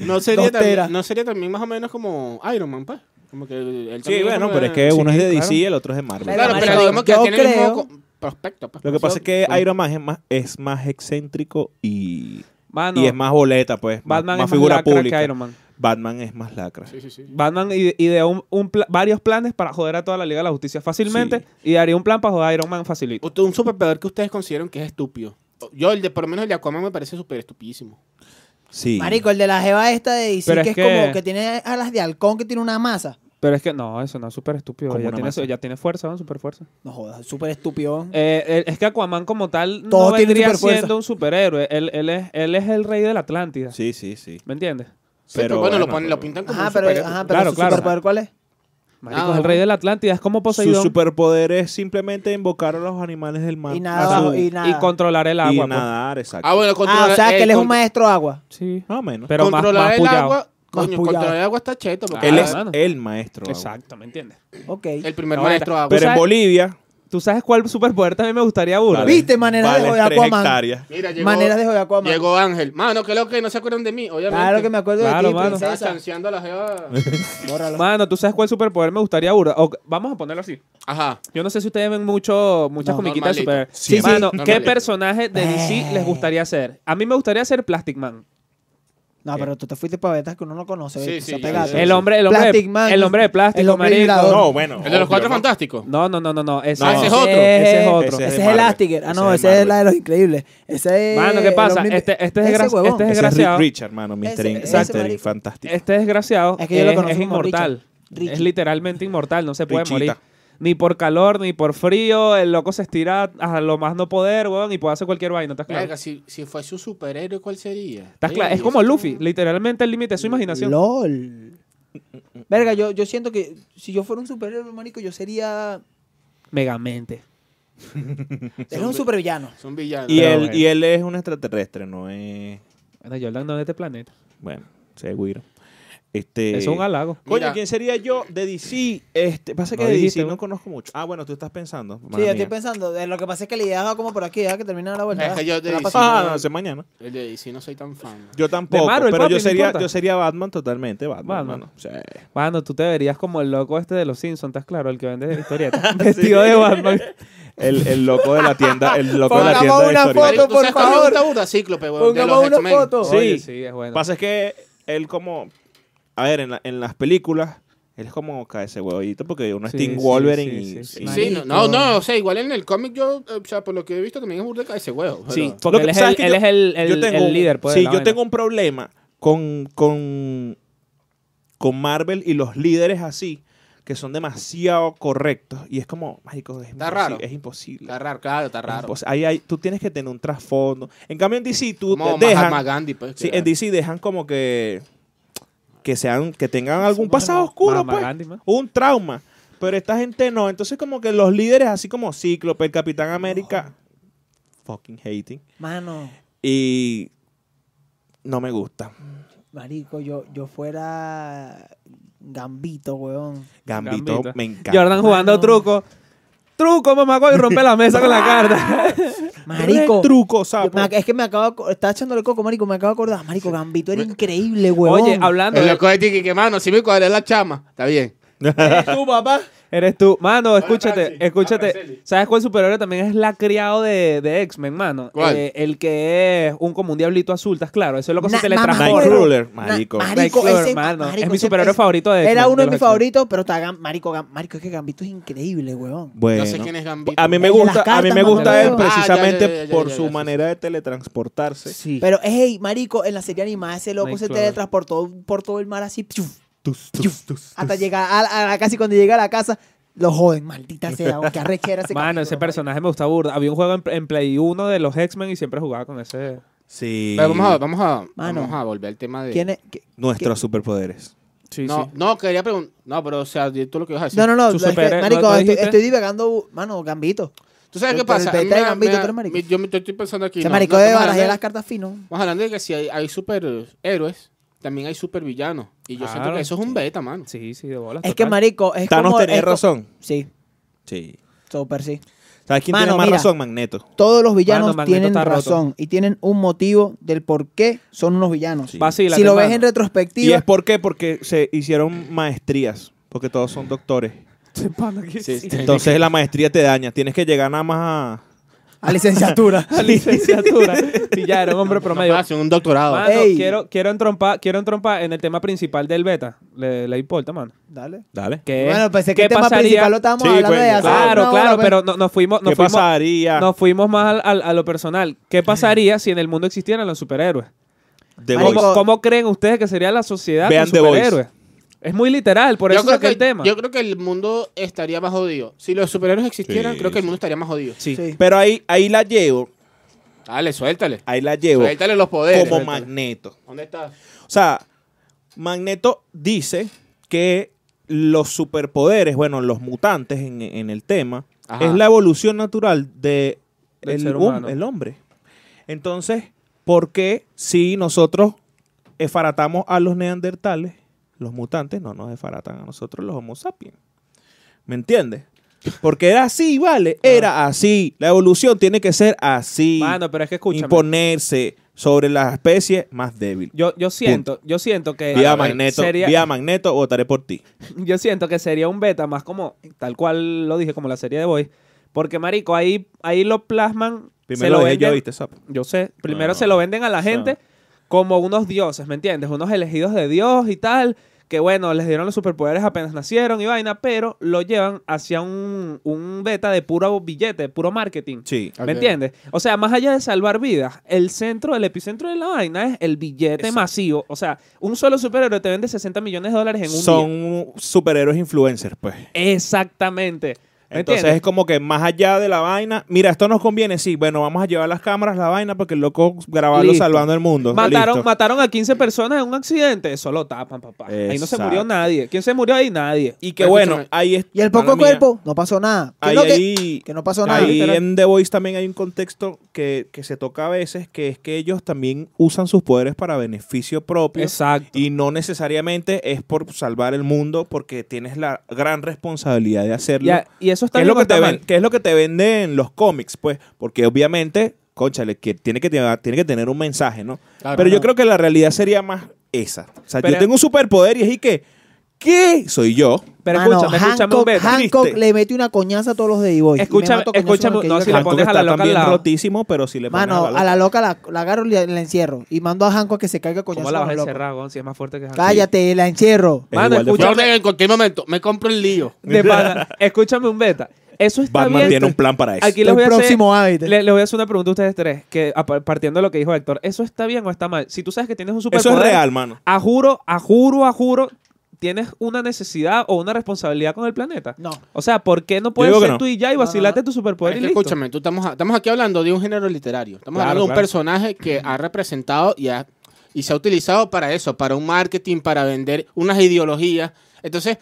No sería, también-
Dos teras.
no sería también más o menos como Iron Man, pues. Como que el- el
Sí,
también
bueno,
una-
pero es que
Sí,
uno es de
claro.
DC y el otro es de Marvel.
Claro,
Marico,
pero digamos que
yo
tiene el mismo
creo-
co- prospecto. pues.
Lo que pasa es que
Bueno.
Iron Man es más, es más excéntrico y,
Ah,
Mano,
y es más boleta, pues. más-
Batman
más,
es más
figura
lacra
pública.
que Iron Man.
Batman es más lacra.
Sí, sí, sí.
Batman ide- ideó un, un pla- varios planes para joder a toda la Liga de la Justicia fácilmente
Sí.
y daría un plan para joder a Iron Man facilito.
Usted- Un superpoder que ustedes consideran que es estúpido. Yo, el de, por lo menos el de Aquaman me parece súper estupidísimo.
[LAUGHS] Sí.
Marico, el de la jeva esta de DC,
Pero
que
es
es,
que-
como que tiene alas de halcón que tiene una masa.
Pero es que no, eso no es súper estúpido.
Como
Ya
una
tiene,
masa.
ya tiene fuerza, ¿no? super fuerza. Eh,
No jodas, súper estúpido.
es que Aquaman como tal no
Todos tienen
vendría
superfuerza.
siendo un superhéroe. Él, él es, él es el rey de la Atlántida.
Sí, sí, sí.
¿Me entiendes?
Sí, pero, bueno, lo, ponen- lo
pero-
pintan como
Ajá,
un
pero,
superhéroe.
ajá, pero
Claro,
su
claro.
superpoder, ¿cuál es?
Marico,
Nada,
es el rey de la Atlántida, es
pues
como
Su
Poseidón.
superpoder es simplemente invocar a los animales del mar.
Y
a
nada,
su-
y nada.
y controlar el agua.
y
pues.
nadar, exacto.
Ah, bueno,
Ah,
controlar,
o sea, que
eh,
él es un
con-
maestro agua.
Sí.
Más o menos.
Pero más-
controlar
más
el
pullado.
agua.
Más
Coño,
pullado.
controlar el agua está cheto. Porque
Él
Ah,
es
mano.
el maestro. agua.
Exacto, ¿me entiendes?
Ok.
el primer
Ahora,
maestro agua.
Pero en
sabes-
Bolivia.
¿Tú sabes cuál superpoder también me gustaría, Burda?
vale-
¿Viste? Manera de
vale
joder a
tres
Aquaman.
hectáreas.
Mira, llegó,
Maneras de joder a Aquaman.
llegó Ángel. Mano, que lo que no se acuerdan de mí, obviamente.
Claro que me acuerdo
Claro,
de ti,
mano.
Estaba
princesa.
chanceando a la jeva.
[LAUGHS]
Bórralo.
Mano, ¿tú sabes cuál superpoder me gustaría, Burda? O- vamos a ponerlo así.
Ajá.
Yo no sé si ustedes ven mucho, muchas
No, Eh.
comiquitas de
normalito.
super.
Sí, Sí, sí.
Mano, ¿qué
normalito.
personaje de DC les gustaría ser? A mí me gustaría ser Plastic Man.
[LAUGHS] No, pero tú te fuiste para vetas que uno no conoce.
Sí,
¿viste?
sí,
Se
ya
pegaste.
sé. Sí,
El
sí.
hombre, el hombre,
Plastic
de,
Man.
el hombre de plástico,
El hombre
marico.
vibrador.
No, bueno.
El de los
obvio,
cuatro
¿no?
fantásticos.
No, no, no, no, no. Ese,
No,
ese es otro.
Ese es otro.
Ese es
Ese es
Marvel.
Elastiger. Ah,
Ese
no,
es de
ese es la
Marvel.
de los increíbles. Ese es.
Mano, ¿qué pasa?
el hombre-
Este- este es
ese
desgraci-
huevón.
este
Ese
es
es
desgraciado.
Rick Richard, mano. Mr.
Ese-
In-
ese
Mr.
marico.
In- Fantástico.
Este desgraciado
Es
es,
que yo lo conocí
es
como
inmortal.
Richard.
Es literalmente inmortal, no se puede
Richita.
morir. Ni por calor, ni por frío, el loco se estira a lo más no poder, weón, y puede hacer cualquier vaina, ¿estás claro?
Verga, si, si fuese un superhéroe, ¿cuál sería?
¿Estás claro?
Verga,
Es como
eso-
Luffy, literalmente el límite de su imaginación.
LOL. Verga, yo, yo siento que si yo fuera un superhéroe, marico, yo sería.
Megamente.
Eres un supervillano.
Es un villano.
Y
Pero
él,
bueno.
y él es un extraterrestre, no es.
Bueno, Jordan no es de este planeta.
Bueno, seguro. Este...
Es un halago.
Coño,
Mira.
¿quién sería yo de DC? Este, pasa que
No
de
dijiste,
DC
¿no?
no conozco mucho. Ah, bueno, tú estás pensando. mala
sí, yo
mía.
estoy pensando. Eh, Lo que pasa es que le llegaba como por aquí, ya que terminaba la vuelta.
Es que yo te
La
hice-
pasamos.
Ah,
Sí, no.
no, sé mañana.
El de DC no soy tan fan.
Yo tampoco,
Marvel,
pero
papi,
yo
no
sería
importa.
yo sería Batman totalmente, Batman.
Batman.
mano. Sí.
Bueno, tú te verías como el loco este de los Simpsons, ¿estás claro? El que vende historietas. [LAUGHS] Vestido de Batman.
El, el loco de la tienda, el loco de la
Pongamos
tienda de
una
historietas.
foto.
Marico, ¿tú sabes
por
cuál me
favor.
gusta burda? Cíclope, weón, de
Ah, Pongamos
los
una
X-Men.
foto.
Sí.
Oye, sí, es bueno.
Pasa es que él como a ver, en, la- en las películas él es como cae ese huevito porque uno es
Sí,
Team
sí,
Wolverine
sí,
y
sí,
Sí,
y-
Marico.
no, no, no, o sea, igual en el cómic yo, eh, o sea, por lo que he visto también es burda de ese huevo. pero-
Sí,
Lo
porque
que-
él es
¿sabes
el,
que
él
yo-
es el, el-
yo tengo
el
un-
líder, pues. de
Sí,
la
yo
vaina.
tengo un problema con, con, con Marvel y los líderes así, que son demasiado correctos. Y es como, mágico, es,
Está
imposi-
raro.
es imposible.
Está raro, claro, está
Es
raro.
impos- Pues ahí hay- tú tienes que tener un trasfondo. En cambio, en DC, tú
Como
te dejan.
Mahatma Gandhi, pues.
sí,
que-
en DC dejan como que. Que, sean, que tengan algún pasado oscuro,
Mahatma
pues.
Gandhi, man.
Un trauma. Pero esta gente no. Entonces, como que los líderes, así como Cíclope, el Capitán América. Fucking hating.
Mano,
Y no me gusta.
marico, yo, yo fuera. Gambito, weón.
Gambito,
Gambito.
me encanta.
Jordan jugando
Mano.
truco. Truco, mamá, y rompe la mesa con
[LAUGHS]
la carta.
Marico.
Re truco,
yo-
sapo.
me ac- es que me acabo. de aco- Estaba echándole coco, marico. Me acabo de acordar. Marico, Gambito era increíble, weón.
Oye, hablando
El
de...
loco de Tiki, que mano, si me cuadré la chama, está bien.
tú, papá.
Eres tú. Mano, escúchate,
Francis. Habla,
escúchate.
Araceli.
¿Sabes cuál superhéroe también es la criado de, de X-Men, mano?
¿Cuál?
Eh, el que es un como un diablito azul, ¿estás claro? Ese loco se teletransporta.
Nightcrawler. marico.
marico. Marico,
Nightcrawler,
ese,
mano.
marico,
Es mi
ese-
superhéroe
ese-
favorito de
Era
X-Men,
uno de
los
mis
X-Men.
favoritos, pero está Gam- marico, Gam- marico, es que Gambito es increíble, weón.
Bueno,
No sé quién es Gambito.
a mí me
El de las
gusta, a mí
cartas,
me
mano,
gusta
creo.
él
Ah, ya,
precisamente
ya, ya, ya,
por
ya,
su
ya, sí,
manera de teletransportarse.
Sí.
Pero, hey, marico, en la serie animada ese loco se
Nightcrawler.
teletransportó por todo el mar así, piu, piu, hasta llegar a, la- a la casa y cuando llega a la casa, lo joden, maldita sea, weón, qué arrechera ese
Mano,
capítulo,
ese
marico.
personaje me gusta burda. Había un juego en, en Play 1 de los X-Men y siempre jugaba con ese.
Sí.
Pero vamos a, vamos a,
Mano.
vamos a volver al tema de...
¿Quién es? ¿Qué-
Nuestros superpoderes.
Sí,
no, no, quería preguntar... No, pero, o sea, di tú lo que ibas a decir.
No, no, no,
Su
es que,
superhéroe,
marico,
¿no? ¿Tú
estoy,
dijiste?
estoy divagando, mano, Gambito.
¿Tú sabes
Pero-
qué
pero el
pasa? A mí
peta de
me-
Gambito,
me-
tú eres marico.
me- Yo me- yo estoy pensando aquí...
Se
no,
marico
no,
de
estamos
barajar
hablando-
las cartas fino.
Estamos hablando de que si hay, hay superhéroes, también hay supervillanos. Y yo siento
Claro.
que eso es un beta, mano.
Sí, sí, de bolas.
Es que,
total.
marico, es
Thanos
como...
tenía
es co-
razón.
Sí,
Sí.
super sí.
¿Sabes quién
Mano,
tiene más
mira.
razón? Magneto.
Todos los villanos
Mano, Magneto
tienen
está roto.
razón y tienen un motivo del por qué son unos villanos.
Sí.
Vacílate,
Si lo ves
mano.
en
¿Y
retrospectiva,
es por qué? Porque se hicieron maestrías. Porque todos son doctores.
Sí,
[LAUGHS]
sí.
Entonces la maestría te daña. Tienes que llegar nada más a.
[LAUGHS]
a licenciatura.
La licenciatura. y ya era un hombre
No
promedio.
pasa, un doctorado.
Mano,
Ey.
quiero, quiero entrompar, quiero entrompar en el tema principal del beta. Le, le importa, mano.
Dale.
Dale.
Que es,
Bueno, pensé que
¿qué
el tema
pasaría?
principal lo estábamos
Sí,
hablando de
coño,
hace
pues, Claro,
una
claro,
hora,
pero no- nos fuimos, nos
¿Qué
fuimos,
pasaría
nos fuimos más al- al- a lo personal. ¿Qué pasaría si en el mundo existieran los superhéroes?
de
Marico,
Voice?
¿Cómo, cómo creen ustedes que sería la sociedad
Vean
con
The Voice.
superhéroes? Es muy literal, por
yo
eso
creo
es
que
el tema.
Yo creo que el mundo estaría más jodido. Si los superhéroes existieran,
Sí,
creo que el
sí.
mundo estaría más jodido.
Sí.
[LAUGHS] Sí.
Pero ahí, ahí la llevo.
Dale, suéltale.
Ahí la llevo.
Suéltale los poderes.
Como
Suéltale.
Magneto.
¿Dónde estás?
O sea, Magneto dice que los superpoderes, bueno, los mutantes en, en el tema,
Ajá.
es la evolución natural de
Del
el,
ser
hum-
humano.
el hombre. Entonces, ¿por qué si nosotros esfaratamos a los neandertales, los mutantes no nos esfaratan a nosotros los homo sapiens? ¿Me entiendes? Porque era así,
[LAUGHS]
¿vale?
Ah.
Era así. La evolución tiene que ser así.
Mano, pero es que escúchame.
imponerse sobre las especies más débiles.
Yo, yo siento, yo siento que.
Vía Magneto,
sería-
vía Magneto, votaré por ti.
Yo siento que sería un beta más como, tal cual lo dije, como la serie de Boy. Porque, marico, ahí, ahí lo plasman. se
Primero Ah,
lo
dejé yo,
venden-
¿viste, sapo?
Yo sé. Primero
No.
se lo venden a la gente como unos dioses, ¿me entiendes? Unos elegidos de Dios y tal. Que bueno, les dieron los superpoderes apenas nacieron y vaina, pero lo llevan hacia un, un beta de puro billete, de puro marketing.
Sí.
Ok.
¿Me entiendes? O sea, más allá de salvar vidas, el centro, el epicentro de la vaina es el billete
Exacto.
masivo. O sea, un solo superhéroe te vende 60 millones de dólares en un día.
Son superhéroes influencers, pues.
Exactamente. ¿Me
Entonces es
entiendes?
como que más allá de la vaina, mira, esto nos conviene, sí, bueno, vamos a llevar las cámaras, la vaina, porque el loco grabarlo
Listo.
salvando el mundo.
Mataron,
Listo.
mataron a 15 personas en un accidente. Eso lo tapan, papá. Ahí no se
Exacto.
murió nadie. ¿Quién se murió ahí? Nadie.
Y que
Escúchame.
bueno, ahí es-
Y el poco
mala mía.
cuerpo, no pasó nada. Que
Ahí,
no, que-
ahí-
que no pasó nada.
Ahí
Literal.
en The Voice también hay un contexto que, que se toca a veces, que es que ellos también usan sus poderes para beneficio propio.
Exacto.
Y no necesariamente es por salvar el mundo, porque tienes la gran responsabilidad de hacerlo.
Ya, y eso está
que es,
bien
lo
o
que
está
te
mal.
ven- que es lo que te venden los cómics, pues, porque obviamente, conchale, que tiene que, te- tiene que tener un mensaje, ¿no?
Claro,
Pero yo
claro.
creo que la realidad sería más esa. O sea,
Pero-
yo tengo un superpoder y es y que, ¿qué? Soy yo.
Pero
Mano,
escúchame, escúchame un
Hancock,
beta.
Hancock
Triste.
le mete una coñaza a todos los de Ivoy.
Escúchame, escúchame, no, si la
Hancock
pones a la
está
loca al
también
lado.
rotísimo, pero si le pones
Mano,
a la
a la loca la, la agarro y la, la encierro. Y mando a Hancock que se caiga coñazo.
¿Cómo la
con
vas a
los locos.
encerrar, Eh, Gon? Si es más fuerte que Hancock.
Cállate, la encierro.
Es
Mano,
igual de
escucha-
fuerte.
Yo en cualquier momento me compro el lío.
De pana. Escúchame un beta. Eso está
Batman
bien.
tiene un plan para eso.
este. Aquí les
El
voy, a hacer,
próximo hábito.
le- les voy a hacer una pregunta a ustedes tres, que a- partiendo de lo que dijo Héctor, ¿eso está bien o está mal? Si tú sabes que tienes un
Eso
superpoder,
es real, mano.
a juro, a juro, a juro, tienes una necesidad o una responsabilidad con el planeta.
No.
O sea, ¿por qué no puedes
digo que
ser
no.
tú y ya y vacilarte tu superpoder
Es que
y Pues, listo?
escúchame, tú estamos, estamos aquí hablando de un género literario. Estamos
Claro,
hablando de un
claro.
personaje que ha representado y, ha- y se ha utilizado para eso, para un marketing, para vender unas ideologías. Entonces,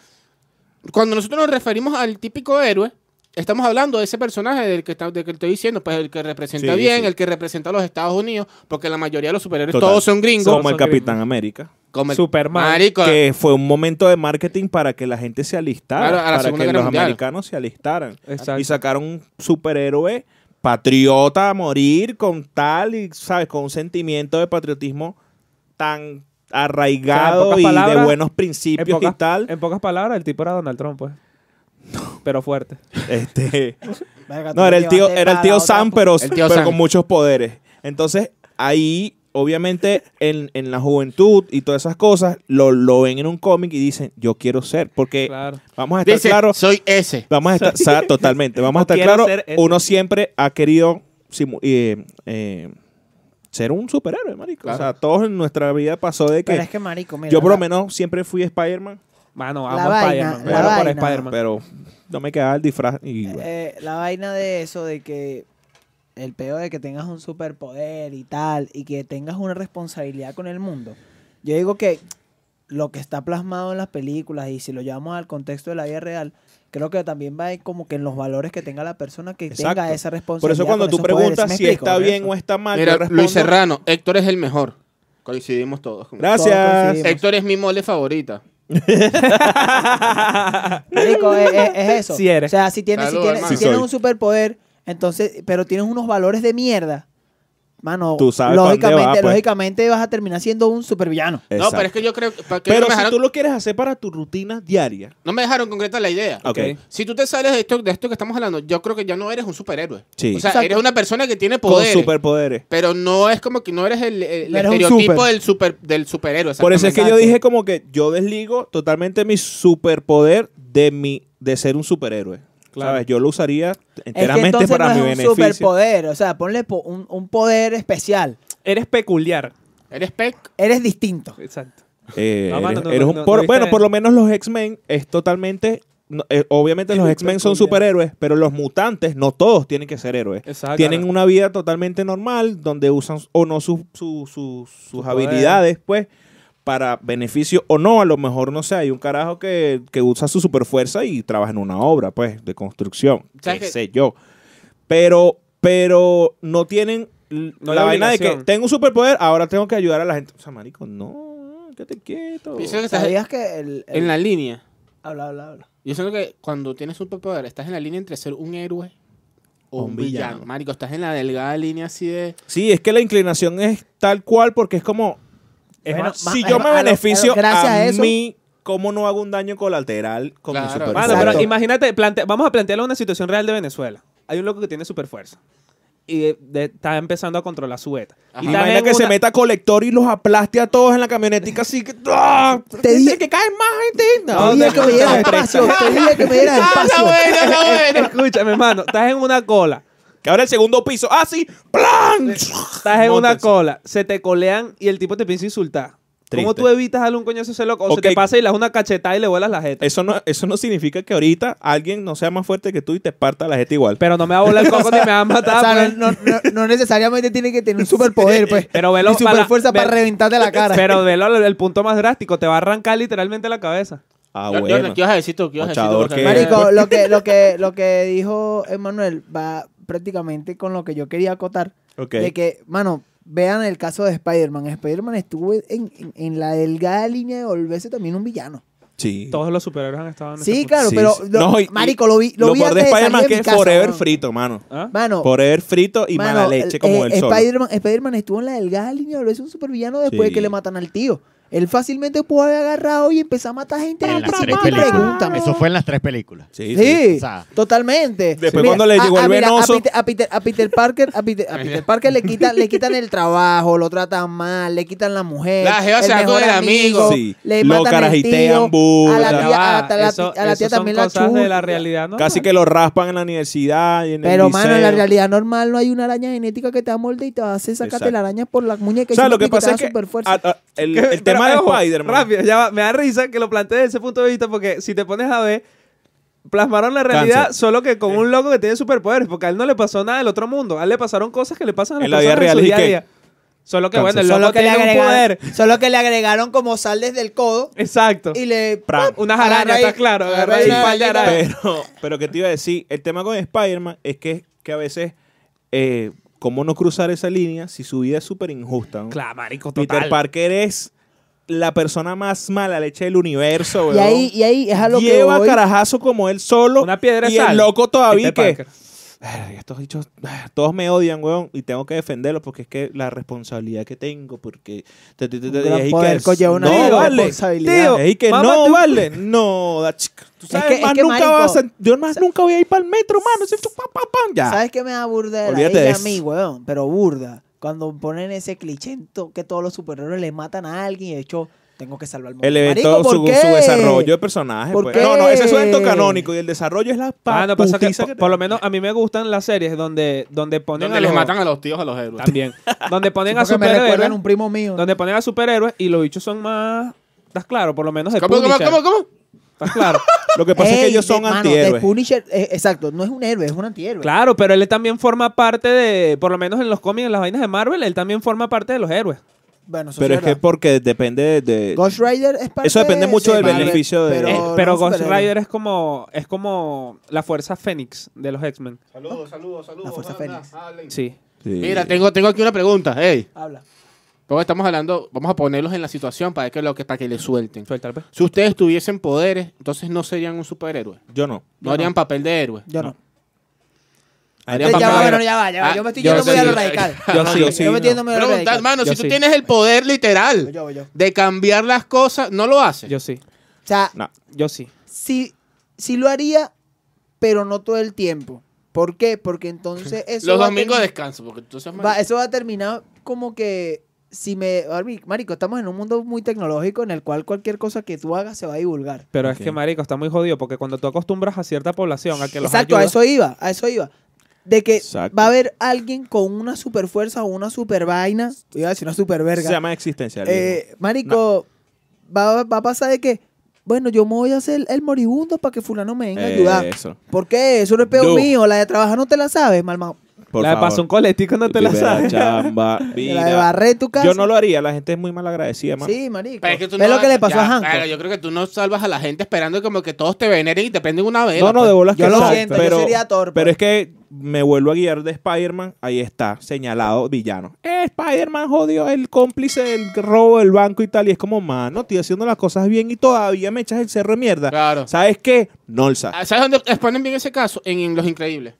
cuando nosotros nos referimos al típico héroe, estamos hablando de ese personaje del que, está- del que estoy diciendo, pues el que representa
Sí,
bien,
sí.
el que representa a los Estados Unidos, porque la mayoría de los superhéroes
Total.
todos son gringos.
Como el
Son
Capitán
gringos.
América.
Como el-
Superman.
Marico,
Que fue un momento de marketing para que la gente se alistara.
Claro, a la
para
Segunda
que
Guerra
los
Mundial.
americanos se alistaran.
Exacto.
Y sacaron un superhéroe patriota a morir con tal y, ¿sabes? Con un sentimiento de patriotismo tan
O sea, en
arraigado
pocas
y
palabras,
de buenos
en,
principios
pocas,
y tal.
en pocas palabras, el tipo era Donald Trump, pues. Pero fuerte.
Este,
[LAUGHS]
Verga,
[LAUGHS]
tú
No, era
me
el tío,
llevaste
era el
pa'
tío
la otra
Sam,
pu-
pero,
El tío
pero
Sam.
con muchos poderes. Entonces, ahí, obviamente, en, en la juventud y todas esas cosas, lo, lo ven en un cómic y dicen, yo quiero ser. Porque
Claro.
vamos a estar
dice,
claros,
soy ese.
vamos
[LAUGHS]
a estar, sa- totalmente, vamos a
Yo
estar
quiero
claros,
ser ese.
uno siempre ha querido simu- eh, eh, ser un superhéroe, marico. O sea, todos en nuestra vida pasó de que,
Pero es que, marico, mira.
yo por lo
la-
menos siempre fui Spider-Man,
Mano,
La
amo a
vaina,
Spider-Man.
la
Muero por
vaina.
Spider-Man.
pero no me quedaba el disfraz y bueno.
eh, la vaina de eso, de que el peo de que tengas un superpoder y tal, y que tengas una responsabilidad con el mundo. Yo digo que lo que está plasmado en las películas, y si lo llevamos al contexto de la vida real, creo que también va como que en los valores que tenga la persona que tenga
Exacto.
esa
Por
responsabilidad.
eso cuando
con
tú
esos poderes.
preguntas
¿Sí me
si
explico?
está
Por
bien
eso.
o está mal, yo
Mira,
respondo,
Luis Serrano, Héctor es el mejor. Coincidimos todos.
Todos
Gracias.
coincidimos.
Héctor es mi mole favorita.
[LAUGHS]
[LAUGHS]
Marico, es, es- es eso.
Sí eres.
O sea, si tienes, si
Salud,
tienes,
hermano.
si
Sí
tienes
soy.
un superpoder, entonces, pero tienes unos valores de mierda. Mano,
Tú sabes pa' dónde va,
lógicamente,
pues.
lógicamente vas a terminar siendo un supervillano.
No, pero es que yo creo que, para que
Pero
no, me
si
dejaron,
tú lo quieres hacer para tu rutina diaria.
no me dejaron concreta la idea.
Ok.
Si tú te sales de esto, de esto que estamos hablando, yo creo que ya no eres un superhéroe.
Sí.
O sea,
Exacto.
eres una persona que tiene
Con
poderes.
superpoderes.
Pero no es como que no eres el, el
No eres un
estereotipo
super.
del super del superhéroe.
Por eso es que yo
exactamente.
dije como que yo desligo totalmente mi superpoder de mi de ser un superhéroe.
Claro.
¿Sabes? Yo lo usaría
Es que
enteramente
entonces
para
no
mi
es un
beneficio.
superpoder. O sea, ponle po- un, un poder especial.
Eres peculiar.
Eres Peck.
Eres distinto.
Exacto.
Eh,
No, mano,
eres-
no,
eres
no,
un-
no,
por-
no viste-
bueno, por lo menos los X-Men es totalmente no, eh, obviamente los X-Men son superhéroes, pero los mutantes no todos tienen que ser héroes.
Exacto.
tienen una vida totalmente normal donde usan o no sus- su- su- sus
poder.
habilidades, pues, para beneficio o no, a lo mejor no sé, hay un carajo que, que usa su superfuerza y trabaja en una obra, pues, de construcción, qué
¿Sabes qué?
sé yo. Pero, pero no tienen l-
No hay
la vaina de que
obligación.
tengo un superpoder, ahora tengo que ayudar a la gente. O sea, marico, no, quédate quieto.
Yo siento que estás
¿Sabías que el, el-
en la línea.
Habla, habla, habla.
Yo siento que cuando tienes superpoder, estás en la línea entre ser un héroe o un, villano. Marico, estás en la delgada línea así de.
Sí, es que la inclinación es tal cual porque es como... es
Bueno,
más,
ma-
si yo
a
me
lo- a lo-
beneficio
gracias
a,
a eso-
mí, ¿cómo no hago un daño colateral con mi
Claro.
superfuerza?
Mano, pero
Exacto.
imagínate, plante- vamos a plantearle una situación real de Venezuela. Hay un loco que tiene super fuerza. Y eh, de- está empezando a controlar su beta.
Ajá.
Y
Imagina
también
Imagina que se
una-
meta colector y los aplaste a todos en la camionetica así que... ¡Ah!
Te dije-
que caen más gente.
Te dije que me dieras espacio. Te dije que me dieras espacio.
Escúchame, hermano. Estás en una cola.
Que ahora el segundo piso. ¡Ah, sí! ¡Plan!
Estás en una
Móntense.
cola. Se te colean y el tipo te piensa insultar. ¿Cómo
Triste.
tú evitas darle un coñazo a ese loco? O
Ok.
se te pasa y le das una cachetada y le vuelas la jeta.
Eso no, eso no significa que ahorita alguien no sea más fuerte que tú y te parta la gente igual.
Pero no me va a volar el coco ni me va a matar.
[LAUGHS] o sea,
pues.
no, no- no- no necesariamente tiene que [LAUGHS] tener un superpoder, pues.
Pero velo
Y superfuerza
para-
para, reventarte la cara.
Pero velo al- el punto más drástico. Te va a arrancar literalmente la cabeza.
ah,
Jordan,
bueno.
¿Qué vas a decir tú? ¿Qué vas a decir tú?
Ochador,
Porque-
que- [LAUGHS]
Marico, lo que, lo que, lo que dijo Emanuel va prácticamente con lo que yo quería acotar.
Ok.
De que, mano, vean el caso de Spider-Man. Spider-Man estuvo en, en- en la delgada línea de volverse también un villano.
Sí.
Todos los superhéroes han estado en ese
Sí,
punto.
claro,
Sí,
pero
sí.
lo-
No, y-
Marico, lo vi, lo,
Lo
vi
peor de
antes de
Spider-Man
salir
que
de mi
es
casa,
forever
weón.
frito, mano.
¿Ah?
Mano,
Forever frito y
mano,
mala leche como
eh,
el sol.
Spider-Man, Spider-Man estuvo en la delgada línea de volverse un supervillano después
Sí.
de que le matan al tío. Él fácilmente pudo haber agarrado y empezar a matar gente.
En las tres películas.
Pregúntame.
Eso fue en las tres películas.
Sí,
Sí,
sí.
O sea,
totalmente.
Después cuando le llegó
a-
el
a- mira,
venoso.
A Peter, a Peter- a Peter Parker, a Peter, a Peter Parker le, quitan, le quitan el trabajo, lo tratan mal, le quitan la mujer.
La jeva
el
se va con
mejor
el amigo.
Sí.
Le
Lo
matan el
carajitean,
tío,
bu,
A la
Ya
la-
tía,
va,
a la-
eso-
a la tía
eso son
también la
cosas de la
chupan.
realidad, ¿no?
Casi que lo raspan en la universidad y en el
Pero, mano, en la
liceo.
realidad normal no hay una araña genética que te amolde y te va a hacer sacarte
Exacto.
la araña por las muñecas.
O sea,
y
lo que
te
pasa
da
es que
superfuerza.
a- a- el,
[LAUGHS] Que-
el tema de
pero, ojo,
Spider-Man.
Rápido, ya va. Me da risa que lo plantees desde ese punto de vista porque si te pones a ver, plasmaron la realidad
Cáncer.
solo que con un loco que tiene superpoderes porque a él no le pasó nada del otro mundo. A él le pasaron cosas que le pasan a las
En la vida
personas en su
real, ¿y
día a
qué?
día. Solo que
Cáncer.
bueno, el loco tiene un poder.
solo que le agregaron como sal desde el codo
Exacto.
y le...
Pran.
Unas
Agarra
arañas,
ahí-
está claro. Agarra
agarra ahí
ahí
una
un par de
arañita.
arañas.
Pero, pero que te iba a decir, el tema con Spider-Man es que, que a veces, eh, ¿cómo no cruzar esa línea si su vida es súper injusta? ¿no?
Claro, marico, total.
Peter Parker es la persona más mala leche del universo,
Y
weón.
ahí, y ahí es a lo
Lleva
que voy.
carajazo como él solo.
Una piedra de
Y
sal.
el loco todavía
Peter
que...
Parker.
"Ay, Estos dichos, todos me odian, weón, y tengo que defenderlos porque es que la responsabilidad que tengo, porque... te- te- te- te-
Un gran
y ahí
poder
que-
conlleva una
no,
gran
vale.
responsabilidad.
Tío,
Ahí que
mamá,
no,
tú-
vale. [LAUGHS] No, da chica. Tú
Es
sabes,
que- es
más
que,
nunca
marico,
vas a- Yo más nunca voy a ir para el metro, mano. Ese chupa, pa, pam, ya.
¿Sabes qué me da burda de la
Olvídate
ella
de
a
eso.
mí, weón? Pero burda. Cuando ponen ese cliché en to- que todos los superhéroes le matan a alguien y de hecho tengo que salvar al mundo.
El evento,
Marico, ¿por
su,
qué?
su desarrollo de personaje.
¿Por
pues.
qué?
No, no, ese es su evento canónico y el desarrollo es la
Ah, no, pasa que
putiza
por,
que te-
por lo menos a mí me gustan las series donde, donde ponen
Donde
a
les
los-
matan a los tíos, a los héroes.
También. Donde
Sí,
ponen a
porque me
superhéroes.
recuerdan un primo mío.
Donde ponen a superhéroes y los bichos son más. ¿Estás claro? Por lo menos de
¿Cómo, cómo,
Punisher.
cómo, cómo?
¿Estás claro?
Lo que pasa es que
Ey,
ellos son
de- mano, de
antihéroes.
Punisher, eh, exacto, no es un héroe, es un antihéroe.
claro, pero él también forma parte de. Por lo menos en los cómics, en las vainas de Marvel, él también forma parte de los héroes.
Oh,
Bueno, eso
Pero es
sí
que
verdad.
porque depende de... de-
Ghost Rider es parte
Eso depende mucho
de
del
Marvel,
beneficio de-
Eh,
Pero,
Pero,
no un
Ghost
superhéroe.
Rider es como. Es como la fuerza Fénix de los X-Men.
Saludos, saludos, saludos.
La Fuerza banda, Fénix.
Sí.
Sí.
Mira, tengo, tengo aquí una pregunta. Hey,
Habla.
porque estamos hablando, vamos a ponerlos en la situación para que, lo que, para que le suelten.
Suelta
[LAUGHS]
pues. el pe-
Si ustedes tuviesen poderes, entonces no serían un superhéroe.
Yo no.
No harían papel de héroe.
Yo no.
Ahí
Ya
te
va,
pasa-
bueno,
ya va,
Ah,
Yo me estoy
yo
yendo muy
sí.
a lo radical.
Yo sí, yo sí,
Yo me
no.
estoy yendo muy a lo
Pregunta,
radical.
hermano,
Yo
si tú
sí.
tienes el poder literal
Yo, yo.
de cambiar las cosas, no lo haces.
Yo sí.
O sea,
No.
Yo sí.
sí, sí lo haría, pero no todo el tiempo. ¿Por qué? Porque entonces eso
Los
va a
domingos
termi-
descanso, porque tú seas
va- Eso va a terminar como que si me... Mari- Marico, estamos en un mundo muy tecnológico en el cual cualquier cosa que tú hagas se va a divulgar.
Pero
Ok.
es que, marico, está muy jodido porque cuando tú acostumbras a cierta población a que los
Exacto, a
ayudas-
eso iba, a eso iba. De que
Exacto.
va a haber alguien con una super fuerza o una super vaina, iba a decir una super
Se
verga.
llama existencialismo.
Eh, marico, va, va a pasar de que, bueno, yo me voy a hacer el
Eh,
moribundo para que fulano me venga a ayudar.
Eso.
¿Por qué? Eso no es peo
Yo.
mío. La de trabajar no te la sabes, mal ma-
Por
la de
favor.
pasó un coletico no te la
Libera
sabes. [LAUGHS]
chamba, vida.
La de barré tu casa.
Yo no lo haría, la gente es muy malagradecida, mano.
Sí, marico.
Pero es que tú
Ve
no
lo que
vas-
le pasó
ya,
a Hanco.
claro, yo creo que tú no salvas a la gente esperando como que todos te veneren y te prenden una vela.
No, no,
pues.
de bolas
Yo
que
lo
no,
siento, yo sería torpe.
Pero es que me vuelvo a guiar de Spider-Man, ahí está, señalado villano. Eh, Spider-Man jodió el cómplice del robo del banco y tal, y es como, mano, estoy haciendo las cosas bien y todavía me echas el cerro de mierda.
Claro.
¿Sabes qué? Nolsa.
Ah, ¿Sabes dónde exponen bien ese caso? En, en Los Increíbles.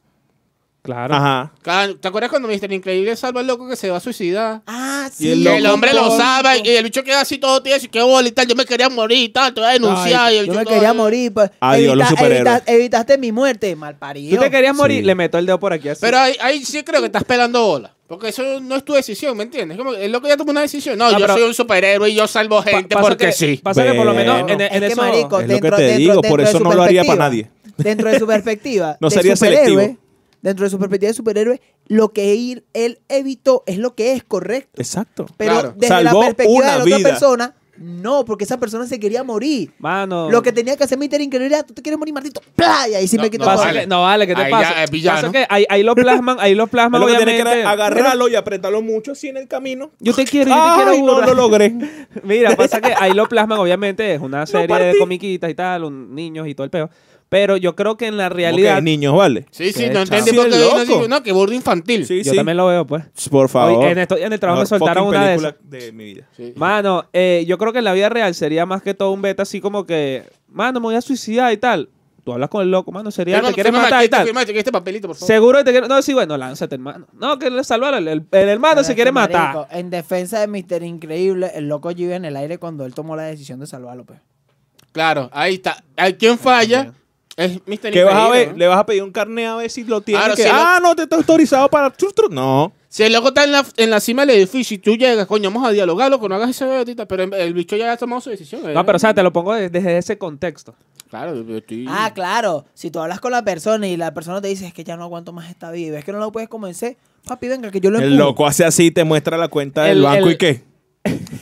Claro.
Ajá.
Claro, ¿Te acuerdas cuando Mr. Increíble salva al loco que se va a suicidar?
Ah,
Y
sí.
el
Y el
loco
hombre lo
todo-
salva y el bicho queda así todo tieso y qué bola y tal. Yo me quería morir y tal, te voy a denunciar. y el
Yo
bicho
me
todo-
quería morir. pues.
Adiós, los superhéroes.
evitaste mi muerte, mal
Tú
parido.
te querías morir,
Sí.
le meto el dedo por aquí así.
Pero ahí, ahí sí creo que estás pelando bola. Porque eso no es tu decisión, ¿me entiendes? Como que el loco ya tomó una decisión. No,
Ah,
yo
pero-
soy un superhéroe y yo salvo gente
pasa
porque
que-
sí.
Pasa que por lo menos
Bueno.
en, e, en
Es que,
eso-
marico,
Es lo que
dentro,
te
dentro-
digo,
dentro
por
de
eso
su
no lo haría
perspectiva-
para nadie.
[LAUGHS] Dentro de su perspectiva.
No
de
sería
superhéroe,
selectivo.
Dentro de su perspectiva de superhéroe, lo que ir- él evitó es lo que es correcto.
Exacto.
Pero
Claro.
desde
Salvó
la perspectiva
una
de la otra
vida.
persona, no, porque esa persona se quería morir.
Mano.
Lo que tenía que hacer Mister Increíble era, tú te quieres morir, maldito. playa Y si
No,
me quito
no,
todo.
pasa
vale.
que- no vale, ¿qué te
Ahí
pasa?
ya es villano.
Pasa que ahí, ahí lo plasman,
[LAUGHS]
ahí lo plasman
Lo que tienes
obviamente.
que era agarrarlo y apretarlo mucho así en el camino.
Yo te quiero,
[LAUGHS]
yo te
Ay,
quiero
no
burra.
lo logré.
[LAUGHS] Mira, pasa que ahí
[LAUGHS]
lo plasman, obviamente, es una serie de
partí.
comiquitas y tal, un- niños y todo el peo. Pero yo creo que en la
Realidad.
realidad.
niños, ¿vale?
Sí, sí,
Qué
no
chavo.
entendí
Sí,
por qué
el
vino
loco.
así, No, que burdo infantil.
Sí,
yo
sí.
también lo veo, pues.
Por favor.
Hoy en, esto- en el trabajo me
No,
soltaron
fucking
una de esas.
película de mi vida.
Sí.
Mano, eh, yo creo que en la vida real sería más que todo un beta así como que, mano, me voy a suicidar y tal. Tú hablas con el loco, mano, sería,
Firma-
te quieres
firma
matar y
aquí,
tal.
firma aquí este papelito, por favor.
Seguro que te quiero. No, sí, bueno, lánzate, hermano. No, que le salvaron. El, el hermano
Pero
se
es
quiere
que, marico,
matar.
En defensa de Mister Increíble, el loco vive en el aire cuando él tomó la decisión de salvarlo. Pues.
Claro, ahí está. ¿A quién falla? Es Mr.
¿Qué vas a
Increíble,
ver?
¿no?
¿Le vas a pedir un carnet a ver si lo tiene?
Claro,
que...
si lo-
Ah, no, te está autorizado para... tru, tru. No.
Si el loco está en la, en la cima del edificio y tú llegas, coño, vamos a dialogar, loco, no hagas esa bebetita, pero el- el bicho ya ha tomado su decisión. ¿eh?
No, pero o sea, te lo pongo de- desde ese contexto.
Claro, yo estoy...
Ah, claro. Si tú hablas con la persona y la persona te dice, es que ya no aguanto más esta vida, y ves que no lo puedes convencer, papi, venga, que yo lo
El
empujo.
loco hace así, te muestra la cuenta del
El-
banco
el-
y qué.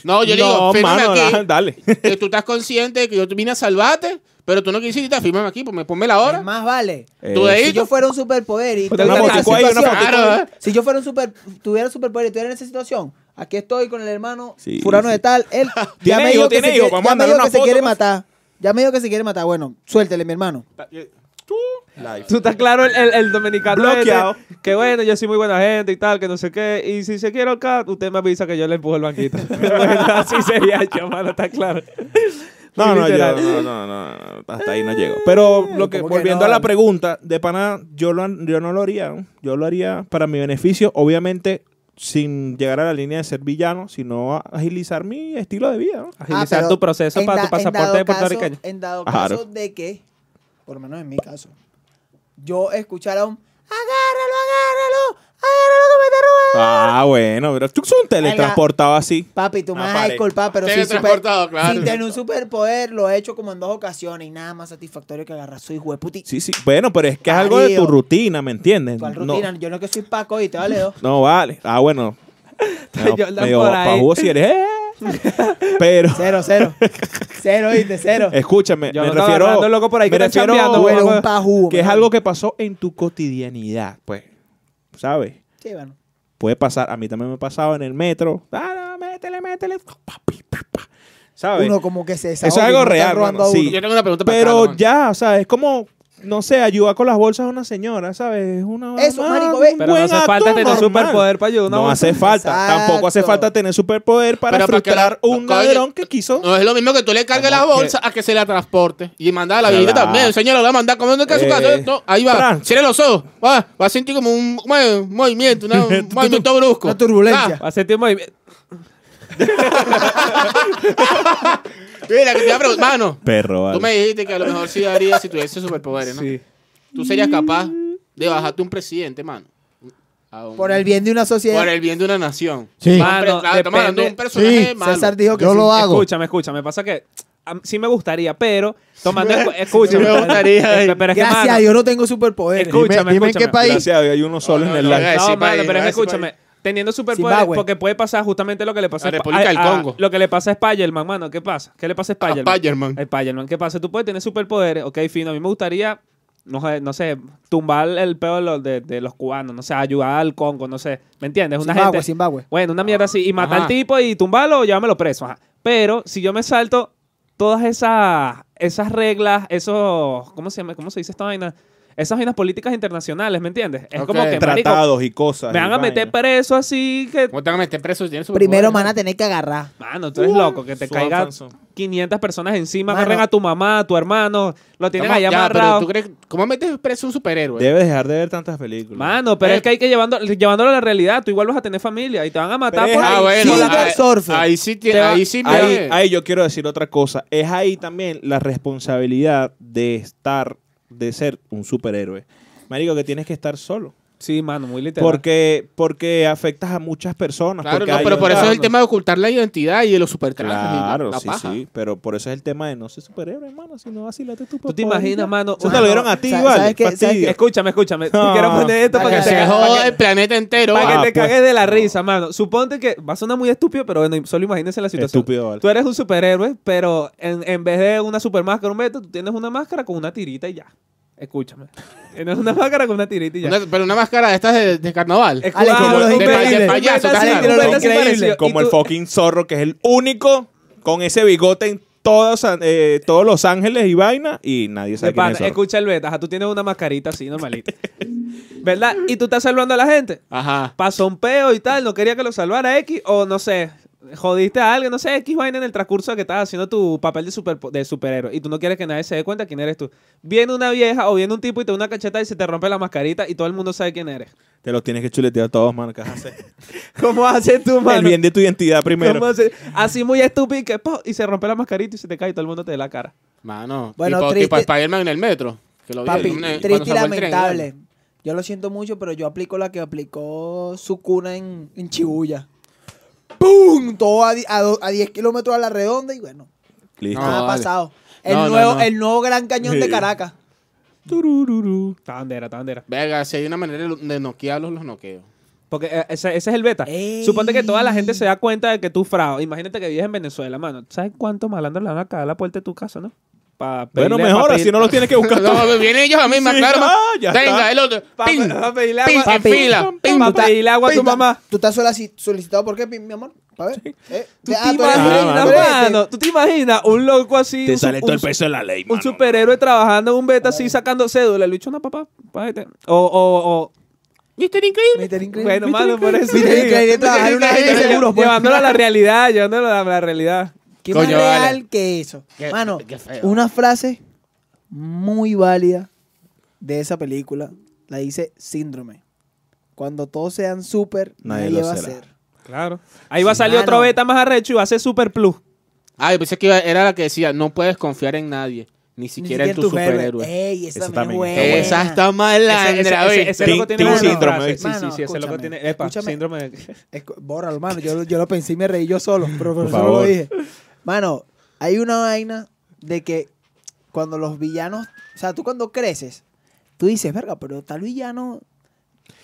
No, yo le digo,
no,
fírmame
mano,
aquí.
da- [LAUGHS] dale.
que tú estás consciente de que yo vine a salvarte, pero tú no quisiste, fírmame aquí, pues me ponme la hora.
Es más vale.
Tú de ahí,
Si yo fuera un superpoder y
Una
tuviera esa
fotico
ahí, una
situación-
fotico ahí. Claro,
si yo fuera un super, tuviera un superpoder y tuviera en esa situación, aquí estoy con el hermano
Sí,
Furano
sí.
de tal,
[LAUGHS]
él ya
Tiene
me
hijo,
dijo que
tiene
se
hijo,
quiere-
vamos a
ya me
mandarle
dijo
una
que se
foto,
quiere
pues.
matar. Ya me dijo que se quiere matar. Bueno, suéltele, mi hermano.
Tú estás claro, el, el, el dominicano.
Bloqueado.
este, que bueno, yo soy muy buena gente y tal, que no sé qué. Y si se quiere acá, usted me avisa que yo le empujo el [LAUGHS] banquito. Bueno, así sería, chaval, está claro.
No, no, yo,
Literal.
no, no, no, no, hasta ahí no llego. Pero lo Eh, que,
¿cómo que
volviendo
no?
a la pregunta, de pana, yo, lo, yo no lo haría. ¿no? Yo lo haría para mi beneficio, obviamente, sin llegar a la línea de ser villano, sino a agilizar mi estilo de vida. ¿no?
[LAUGHS] Agilizar
Ah, pero
tu proceso
en
para
da-
tu
en
pasaporte
dado
de
caso-
puertorriqueño.
En dado
Claro.
caso de que, por lo menos en mi caso, yo escuchara un agárralo, agárralo, agárralo que me está robando.
Ah, bueno, pero tú un teletransportado así.
Papi, tú me
Ah,
vas a
pare.
disculpar, pero si, super,
Teletransportado, claro.
si tener un superpoder lo he hecho como en dos ocasiones y nada más satisfactorio que agarrar su hijo de puti.
Sí, sí. Bueno, pero es que es algo de tu
Marido.
rutina, ¿me entiendes?
¿Cuál
No-
rutina? Yo no que soy Paco y te vale dos.
No vale. Ah, [LAUGHS] bueno. No,
Yo ando
medio
por ahí.
pajugo si eres. [LAUGHS] Eh. Pero,
Cero,
[LAUGHS]
cero. cero, ¿viste? Cero.
Eh, escúchame,
Yo
me
no estaba
refiero.
hablando, loco, por ahí que
me
está
refiero
chambeando,
Tú eres un pajú.
que es
man.
algo que pasó en tu cotidianidad, pues. ¿Sabes?
Sí, bueno.
Puede pasar. A mí también me ha pasado en el metro. Ah, no, métele, métele. Pa, pi, pi, pa. ¿Sabes?
Uno como que se
es algo real, mano, sí.
Yo tengo una pregunta para
Pero
Carlos, man.
ya, o sea, es como. No sé, ayuda con las bolsas a una señora, ¿sabes? Es Una,
Eso,
ah,
marico, ve.
un
Pero no
buen
hace falta
actor
tener
normal.
superpoder para ayudar.
No, hace falta. Tampoco hace
Exacto.
falta tener superpoder para
Pero para que
frustrar
la-
un
coño,
ladrón que quiso.
No es lo mismo que tú le cargues la
Como que-
bolsa a que se la transporte. Y mandar a la
Claro.
billeta también. Señora, la va a mandar comiendo en su
Eh,
casa. No, ahí va.
Fran.
Cierra los ojos. Va, va a sentir como un, mue- movimiento, una- un movimiento brusco.
una turbulencia.
Hace tiempo. ahí-
Ah, mira, que te iba a preguntar. Mano,
Perro, vale.
tú me dijiste que a lo mejor sí haría si tuviese superpoderes, ¿no?
Sí.
Tú serías capaz de bajarte un presidente, mano. A un-
Por el bien de una sociedad.
por el bien de una nación.
Sí.
Ah, pero
Mano,
claro, estamos hablando de un
depende-
personaje
Sí,
malo.
César dijo que
Yo
sí.
lo hago.
Escúchame, escúchame. Pasa que a mí sí me gustaría, pero tomando. en cu-
Sí
Escúchame.
me gustaría.
Espe- pero es que,
Gracias
mano,
a Dios no tengo superpoderes.
Escúchame,
Dime- dime en
escúchame.
qué país.
Gracias a Dios, hay uno solo
No,
en el
no,
live.
gracias.
No,
ese
mano,
país,
pero es
a
que
ese
escúchame.
país.
Teniendo superpoderes,
Zimbabue.
porque puede pasar justamente lo que le pasó
La República del
a-
Congo.
lo que le pasa a Spider-Man, mano. ¿Qué pasa? ¿Qué le pasa a Spider-Man?
Spider-Man.
A Spider-Man, ¿qué pasa? Tú puedes tener superpoderes, ok, fino. A mí me gustaría no, sé- no sé, tumbar el peo de los, de, de los cubanos, no sé, ayudar al Congo, no sé. ¿Me entiendes? Una
Zimbabue,
gente.
Zimbabue.
Bueno, una mierda así. Y matar
Ajá.
al tipo y tumbarlo o llevármelo preso. ajá. Pero si yo me salto todas esas, esas reglas, esos. ¿Cómo se, llama? ¿Cómo se dice esta vaina? Esas vainas políticas internacionales, ¿me entiendes? Es como
Ok.
que. marico,
Tratados y cosas.
me van a meter preso así que.
¿Cómo te van a meter preso si tienes
Primero
superpoderes?
van a tener que agarrar.
Mano, tú eres loco, que te
Swan
caigan
Fanson.
500 personas encima,
Mano.
agarren a tu mamá, a tu hermano, lo tienen
Estamos-
ahí
ya, pero
amarrado.
¿tú crees- ¿Cómo metes preso a un superhéroe?
Debe dejar de ver tantas películas.
Mano, pero
Eh.
es que hay que llevando, llevándolo a la realidad. Tú igual vas a tener familia y te van a matar
Pero
por
es-
ahí.
ah, bueno.
Sí,
ahí,
surfer.
ahí sí, ti-
Te va-
ahí sí, mira,
ahí,
eh.
ahí yo quiero decir otra cosa. Es ahí también la responsabilidad de estar, de ser un superhéroe. Marico, que tienes que estar solo.
Sí, mano, muy literal.
Porque, porque afectas a muchas personas.
Claro,
porque
no,
hay
pero por
otra-
eso es el tema de ocultar la identidad y de los supertrajes. y la-
Claro,
la
sí,
paja.
sí. Pero por eso es el tema de no ser superhéroe, hermano. Si no vacilate tu
Tú te imaginas, mano.
Eso te
mano,
lo dieron a ti,
sa-
vale.
¿sabes qué? ¿sabes
fastidio.
qué?
Escúchame, escúchame. Te
Ah.
quiero poner esto para
Que
que, te,
se
para
joda
que-
el planeta entero.
para que
Ah, pues.
te cagues de la risa, mano. Suponte que va a sonar muy estúpido, pero bueno, solo imagínense la situación.
Estúpido, vale.
Tú eres un superhéroe, pero en, en vez de una supermáscara, un veto, tú tienes una máscara con una tirita y ya.
[LAUGHS]
Escúchame. Tienes una máscara con una tirita y ya.
Una- pero una máscara de estas de, de carnaval.
Es
Alex,
como
como
los
los
increíbles.
payaso,
Así,
casi,
pero
un
lo
beta así
increíble.
parecido. Y
Como el
tú-
fucking zorro, que es el único con ese bigote en todos, eh, todos Los Ángeles y vaina. Y nadie
De
sabe quién
pana,
es el zorro.
escucha el beta, ajá, tú tienes una mascarita así, normalita. ¿Verdad? Y tú estás salvando a la gente.
Ajá.
Pasó un peo y tal, no quería que lo salvara X, o no sé, jodiste a alguien, no sé, X vaina en el transcurso que estás haciendo tu papel de, super, de superhéroe y tú no quieres que nadie se dé cuenta quién eres tú. Viene una vieja o viene un tipo y te da una cacheta y se te rompe la mascarita y todo el mundo sabe quién eres.
Te los tienes que chuletear a todos, mano. ¿qué vas a
[LAUGHS]
hacer?
¿Cómo haces tú,
el bien de tu identidad primero.
¿Cómo haces? Así muy estúpido y que po, y se rompe la mascarita y se te cae y todo el mundo te da la cara.
Mano.
Bueno,
tipo,
triste-
tipo Spider-Man en el metro. Que lo vi
Papi,
en- cuando
triste y
se fue el tren,
lamentable.
¿no?
yo lo siento mucho, pero yo aplico la que aplicó Sukuna en, en Chibuya. ¡Pum! Todo a, di- a do- a 10 kilómetros a la redonda y bueno,
Listo.
No,
nada ha
vale.
pasado. El,
No, no,
nuevo,
no.
el nuevo Gran Cañón de
Sí.
Caracas.
Turururu.
Está bandera, está bandera.
Verga, si hay una manera de- de noquearlos, los noqueo.
Porque eh, ese, ese es el beta.
Ey.
Suponte que toda la gente se da cuenta de que tú fraudas. Imagínate que vives en Venezuela, mano. ¿Sabes cuántos malandros le van a cagar la puerta de tu casa, no? Pa
Bueno,
pedirle-
mejor,
pa
así
pedir-
no los tienes que
[LAUGHS]
buscar tú.
No, vienen ellos a mí, más
Sí,
claro.
ah, ya
Venga,
está.
el otro.
Pa-
Pin,
pa pedirle
pin,
agua.
en fila. Pin.
Pa pedirle agua a tu
Tú estás-
mamá.
¿Tú estás solici- solicitado por qué, mi mi amor? A ver. eh,
¿Tú
ah,
te
tú eres-
imaginas,
tú eres este.
mano? ¿Tú te imaginas un loco así?
Te
un, su-
sale todo
un
el
su-
peso de la ley,
Un
mano.
superhéroe trabajando en un beta así sacando cédula. Le dicho una papá. pájate. O, o,
Mister Increíble.
Mister
o.
Increíble.
Bueno, mano, Pues por eso. Pues
Mister este. Increíble trabaja en una agencia de seguros. pues.
Llevándolo a la realidad, llevándolo a la realidad.
¿Qué
Coño,
más real
vale.
que eso?
Qué-
Mano,
qué feo.
una frase muy válida de esa película la dice Síndrome. Cuando todos sean súper, nadie,
Nadie lo
va a
será.
ser.
Claro. Ahí va a salir
Mano.
otro beta más arrecho y va a ser super plus.
Ah, yo pensé que iba- era la que decía, no puedes confiar en nadie, ni siquiera, en tu
superhéroe.
superhéroe.
Ey, esa,
Esa
también
también
es
está
buena.
Esa está mala.
Ese- ese- ese- ese loco
Team-
tiene
Team
buena
síndrome,
frase.
¿viste?
Sí, sí, sí, ese loco
Mano,
tiene. Epa,
escúchame.
síndrome. de-
Escu- Bórralo, mano. Yo, yo lo pensé y me reí yo solo, pero por,
Por
eso no lo
favor.
dije. Mano, hay una vaina de que cuando los villanos, o sea, tú cuando creces, tú dices, verga, pero tal villano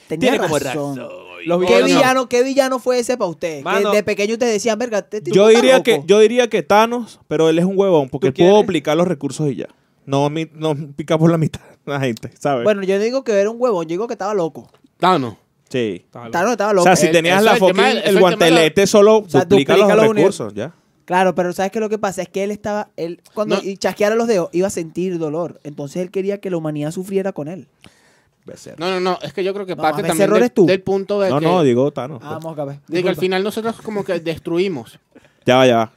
tenía
Tiene como
razón.
Los
¿Qué
Coño.
villanos.
villano, ¿Qué villano fue ese para ustedes?
Mano.
que de pequeño ustedes decían, verga, este tipo
Yo
está
diría,
loco".
que, yo diría que Thanos, pero él es un huevón,
¿Tú
porque él pudo
quieres?
aplicar los recursos y ya. No, mi- no pica por la mitad [LAUGHS] la gente, ¿sabes?
Bueno, yo no digo que era un huevón, yo digo que estaba loco.
No, no.
sí.
Thanos estaba
O
loco.
sea, si
El-
tenías
eso
la
es el
fucking,
tema- eso es
el
el
guantelete solo
sea,
duplica
duplica
los
los uni-
recursos, ya.
Claro, pero ¿sabes qué? Lo que pasa es que él estaba, él, cuando
No.
y chasqueara los dedos, iba a sentir dolor. Entonces él quería que la humanidad sufriera con él.
No, no, no. Es que yo creo que
No,
parte
mames,
también
error
del,
es tú.
del punto de
No,
que,
no, digo Thanos.
Ah, mosca, ve.
de que al
Disculpa.
final nosotros como que destruimos.
Ya va, ya va.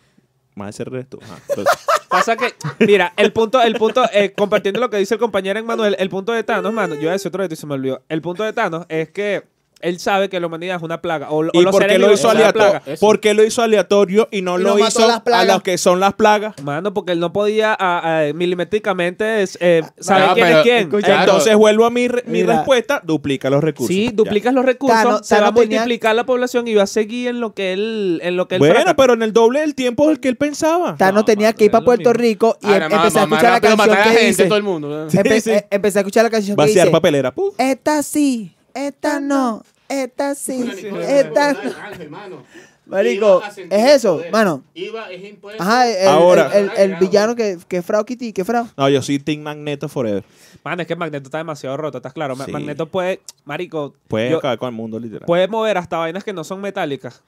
Más ese resto. Ah, pues. Ajá, entonces-
Pasa que, mira, el punto, el punto, eh, compartiendo lo que dice el compañero Emmanuel, el punto de Thanos, mano, yo iba a decir otro de y se me olvidó. El punto de Thanos es que él sabe que la humanidad es una plaga. O, o
¿Y
los
por qué
seres
lo
vivos
hizo
son una
aleatorio?
plaga.
plaga. Eso.
¿Por qué lo hizo aleatorio y no
Y
lo
nos mató
hizo
las
a
plagas.
los que son las plagas?
Mano, porque él no podía a- a- milimétricamente eh, saber
no,
quién
pero-
es quién.
escucha, Claro.
Entonces vuelvo a mi, re- mi
Mira.
respuesta, duplica los recursos.
Sí,
Ya.
duplicas los recursos,
Thanos-
se va a
Thanos tenía-
multiplicar la población y va a seguir en lo que él, en lo que él
Bueno, pues-
fracasó.
pero en el doble del tiempo del que él pensaba.
Thanos
No,
tenía
mano,
que ir
es
para
lo
Puerto
mismo.
Rico y
Ahora,
em-
más-
empecé a
más
escuchar la
rápido
canción
matar a
que
la gente,
dice.
todo el mundo.
Empe-
sí.
eh, Empecé a escuchar la canción que
Vaciar
dice.
papelera. Puf.
Esta sí, esta no, esta sí, esta...
hermano.
Marico,
Iba a sentir
es eso,
poder.
mano.
Iba, es impuesto.
Ajá, el, el-
Ahora.
el, el villano que, que es Frau Kitty, que es Frau.
No, yo soy Team Magneto Forever.
Mano, es que Magneto está demasiado roto, ¿estás claro? Ma-
Sí.
Magneto puede, marico,
Puede
yo- Pues,
acabar con el mundo, literal.
puede mover hasta vainas que no son metálicas.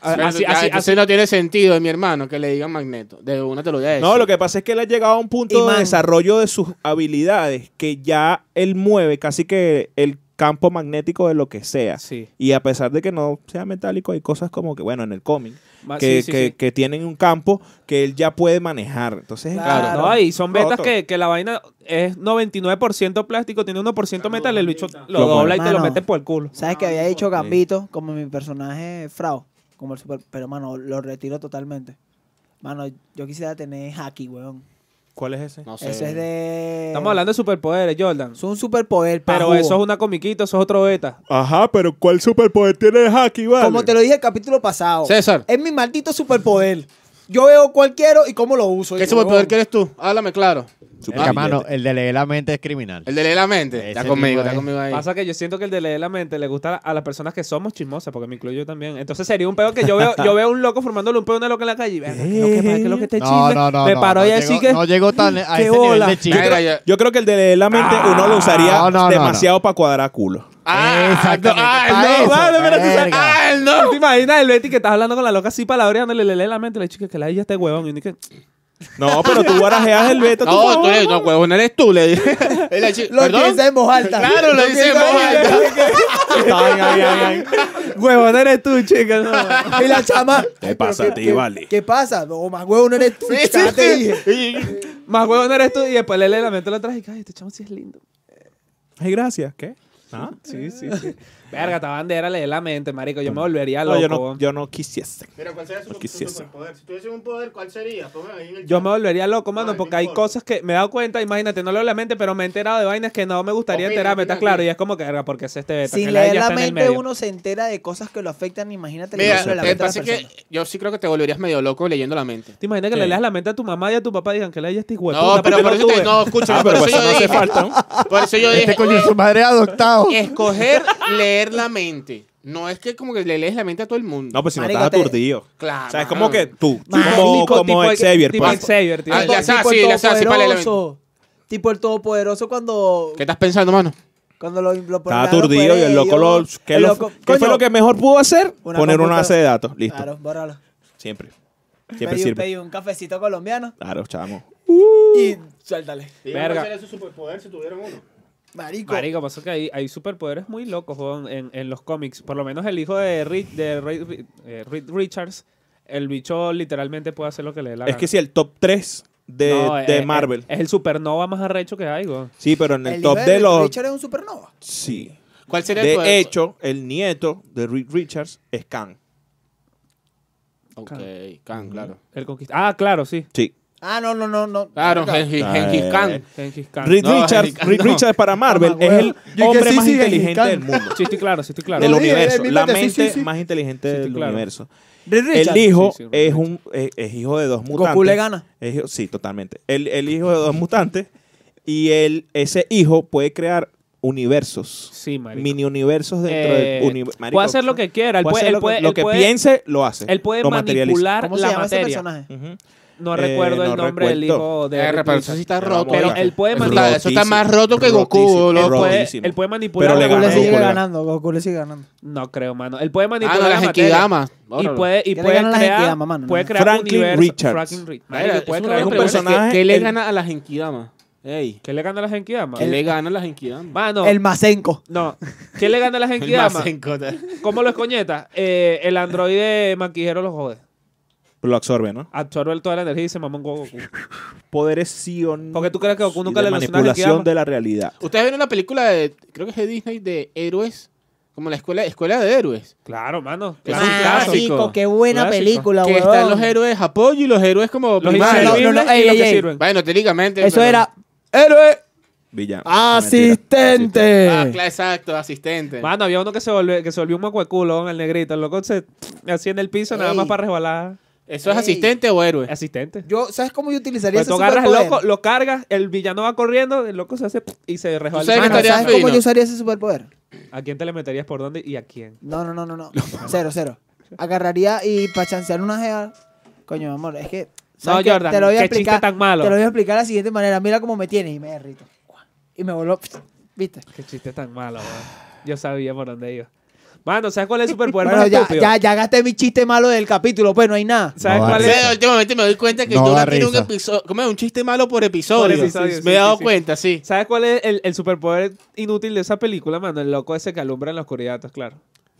A-
Bueno,
así,
ya,
así,
entonces no tiene sentido de mi hermano que le digan Magneto. De una te lo voy a decir.
No, lo que pasa es que él ha llegado a un punto
Y
de
man-
desarrollo de sus habilidades que ya él mueve casi que el campo magnético de lo que sea.
así.
Y a pesar de que no sea metálico, hay cosas como que, bueno, en el cómic,
Ma-
que,
sí, sí,
que-
sí.
que tienen un campo que él ya puede manejar. Entonces,
Claro.
claro.
No, y son betas
Roto.
que, que la vaina es 99% plástico, tiene 1% metal, el bicho lo
Lo
dobla y te lo
Mano.
mete por el culo.
¿Sabes que había
Ah,
dicho Gambito como mi personaje Frau? Como el super. Pero, mano, lo retiro totalmente. Mano, yo quisiera tener Haki, weón.
¿Cuál es ese?
No sé.
Eso es de.
Estamos hablando de superpoderes, Jordan.
Es un superpoder, pa'
Pero
jugo.
eso es una comiquita, eso es otro beta.
Ajá, pero ¿cuál superpoder tiene el Haki, vale?
Como te lo dije el capítulo pasado.
César.
Es mi maldito superpoder. Yo veo cuál quiero y cómo lo uso.
¿Qué
Y,
superpoder
huevón,
quieres tú? Háblame claro.
Venga, mano, el de leer la mente es criminal.
El de leer la mente. Está
Ese
conmigo,
mismo
está
es.
conmigo ahí.
Pasa que yo siento que el de leer la mente le gusta a las personas que somos chismosas, porque me incluyo también. Entonces sería un pedo que yo veo, yo veo un loco formándole un pedo a una loca en la calle. y, "Verga, ¿Qué es lo que, pasa? ¿Qué es lo que este
No,
chisme?
no, no.
me
no,
paró
no
y
llegó-
así que.
No llegó tan a
qué
ese nivel
bola.
de chico.
Verga, ya-
Yo creo que el de la mente uno lo usaría
No, no, no,
demasiado para cuadrar culo.
Ah,
Exactamente,
no, ah,
pa'
no,
eso,
vale, mira, tú sabes-
verga.
ah,
¿Tú
no.
[LAUGHS] te imaginas el Betty que estás hablando con la loca así palabreándole, le lee la mente, le chica que la ella este huevón. Y uno que, [LAUGHS]
No, pero tú barajeas el beta. tú
No, tú eres, no, huevón, eres tú, le dije. Es la chica-
Lo
¿Perdón?
piensa en voz alta.
Claro, lo dice en voz alta.
Ay, ay, ay, ay.
huevón eres tú, chica. no".
[LAUGHS] Y la chama.
¿Qué
"Ay,
pasa
pero
a ti,
qué-
vale?"
¿Qué pasa? No, más huevo no eres tú.
Sí,
ya
sí,
te
sí.
dije.
Más huevón eres tú. Y después le lee la mente la atrás y ay, este chamo sí es lindo.
Ay, gracias. ¿Qué? ¿Ah?
Sí, sí, sí. Verga, esta bandera leer la mente, marico. Yo me volvería
No,
loco.
yo
huevón.
no, yo no quisiese.
Mira, ¿cuál sería
No quisiese.
superpoder? Si tuviese un poder, ¿cuál sería? Póngame ahí en el
Yo
chat.
me volvería loco, mano,
Ay,
porque
no
hay
importa.
cosas que me he dado cuenta, imagínate, no lo leo la mente, pero me he enterado de vainas que no me gustaría
Opina,
enterarme,
opina
¿estás claro?
aquí.
Y es como que, verga, porque es este beta. que
Sin
la
leer
ella
la
está en el
mente,
medio.
uno se entera de cosas que lo afectan. Imagínate
Mira,
leyendo la
el
mente a la
pasa es que
persona.
yo sí creo que te volverías medio loco leyendo la mente.
¿Te imaginas que le leas la mente a tu mamá y a tu papá y digan que la ella este huevo?
No, pero por eso te, no, escúchame,
Ah,
por eso
pero pues
yo
no hace
dije,
falta. ¿no?
por eso yo
Este
dije,
coño es Este su madre adoptado.
escoger leer la mente. No es que como que le lees la mente a todo el mundo.
No, pues si no
Marico,
estás
te-
aturdido.
Claro.
O sea, es como que tú,
Marico,
como, como Xavier,
tipo
pues.
Xavier, tío.
Ah,
Tipo-
ya sabes,
tipo el
sí, ya sabes, sí, para el elemento.
Todopoderoso. Tipo el todopoderoso cuando.
¿Qué estás pensando, mano?
Cuando lo, lo ponen
Está
a los
aturdido y el loco lo...
poderes,
¿Qué,
el
lo-
loco-
qué
coño,
fue lo que mejor pudo hacer?
Una
Poner una
computadora.
base de datos. Listo.
Claro, bórralo.
Siempre. Siempre
Pedí,
sirve.
pedí un cafecito colombiano
Claro, chamo.
y suéltale.
Verga. cuál
su superpoder si tuvieran uno?
Marico.
Marico, pasa que hay, hay superpoderes muy locos huevón, en, en los cómics. Por lo menos el hijo de, Rick, de Ray- eh, Reed Richards, el bicho literalmente puede hacer lo que le dé la
Es que
gana.
si el top 3 de,
No,
de
eh, eh,
Marvel.
Es, el supernova más arrecho que hay, güey.
sí, pero en el, top
nivel
de los...
Richard es un supernova.
Sí.
¿Cuál sería el
pues.
poder?
De hecho, el nieto de Reed Richards es Khan.
Ok, Khan, claro.
El conquista. Ah, claro, sí.
Sí.
Ah, no no no no.
Claro,
Marico,
Genghis
Ah,
Genghis Khan.
Genghis Khan.
Reed
No,
Richards,
Khan,
Reed
no.
Richards para Marvel es el
Yo dije,
hombre
sí,
más
sí, es
inteligente
Khan.
del mundo.
Sí, estoy claro, sí, estoy claro.
del
Lo dije,
universo.
eh, mi
la
mente, sí,
mente
sí, sí.
más inteligente
Sí, sí,
del
claro.
universo.
Reed Richards.
El hijo
Sí, sí,
es un es, es hijo de dos mutantes.
le gana.
Es hijo- sí, totalmente. El, el hijo de dos mutantes y el, ese hijo puede crear universos,
Sí, marico.
mini universos dentro
Eh,
del universo.
puede hacer lo que quiera. Él
puede
puede,
hacer
él
lo, que-
puede-
lo
él
que
puede-
piense lo hace.
Él puede
lo materializa.
manipular
¿Cómo
la
se llama ese
materia.
personaje?
Ujú.
No
Eh,
recuerdo
no
el nombre del
recuerdo.
hijo de.
Eh,
Rick
pero eso
Richards.
sí está
Pero
roto.
Pero
Oiga,
él puede
es
Eso
manipular.
está- eso está
rotísimo.
más roto que Goku, loco.
Rotísimo. Es roto.
Puede,
rotísimo.
él puede manipular.
Pero le
la
Goku
gana,
le
materia.
sigue
Goku le gana.
ganando, Goku le sigue ganando.
No creo, mano. Él puede
Ah,
manipular.
no,
la
las
materia.
Genkidama.
Y
Bórralo.
puede, y
¿Quién le
puede
gana las
crear.
Genkidama, mano?
Puede
No.
crear
Franklin
universo.
Richards.
Franklin Richards.
Marico,
Marico, puede
es
crear
un
pregunta,
personaje-
¿Qué, qué le
el-
gana a las Genkidama? Ey,
¿Qué le gana a las Genkidama?
¿qué le gana a las
[LAUGHS]
Genkidama?
Mano.
El Masenko.
No. ¿Qué le gana a las Genkidama?
Mazincota.
¿Cómo lo escoñeta? Eh, el androide maquijero lo jode.
Lo absorbe, ¿no?
Absorbe el- toda la energía y se mama un huevo. Goku.
Poderes sí o no.
Porque tú crees que Goku
y
nunca
de
le lanzó una
manipulación
Genkidama.
de la realidad.
Ustedes vieron la película de, creo que es de Disney, de héroes, como la escuela, escuela de héroes.
Claro, mano.
Es
Claro.
un clásico.
Marico, qué buena
Clásico.
película,
que
weón.
están los héroes apoyo y los héroes como
Los
primarios.
inservibles
No, no, no,
y
ey,
los que
ey, ey.
sirven.
Bueno, técnicamente.
Eso
pero-
era héroe
Villano.
eh.
asistente.
Ah, claro, exacto, asistente.
Mano, había uno que se volvió, que se volvió un macueculo en el negrito. El loco se hacía en el piso nada
Ey.
más para resbalar.
¿Eso es
Ey.
asistente o héroe?
Asistente.
Yo, ¿sabes cómo yo utilizaría
Pues
ese
tú agarras el
superpoder?
loco, lo cargas, el villano va corriendo, el loco se hace y se resbala.
sabes que
Mano,
Mano,
estaría
¿Sabes cómo
fino?
yo usaría ese superpoder?
¿A quién te le meterías por dónde y a quién? [LAUGHS]
No, no, no, no, no. Cero, cero. agarraría y para chancear una jea. Coño, mi amor, es que.
No,
¿sabes qué?
Jordan,
te lo voy a
qué
explicar,
chiste tan malo.
Te lo voy a explicar de la siguiente manera. Mira cómo me tienes y me derrito. Y me voló. ¿Viste?
Qué chiste tan malo, weón. Yo sabía por dónde iba. Mano, ¿sabes cuál es el superpoder
Bueno,
más
ya,
estúpido?
ya, ya gasté mi chiste malo del capítulo, pues no hay nada.
¿Sabes
No,
cuál
vale.
es?
Sí, últimamente me doy cuenta que
No
Jonah
da
tiene un
risa.
episodio. ¿Cómo es? Un chiste malo por episodio.
episodio, sí,
me he
sí,
dado
sí.
cuenta, sí.
¿Sabes cuál es el, el superpoder inútil de esa película, mano? El loco ese que alumbra en la oscuridad, está claro.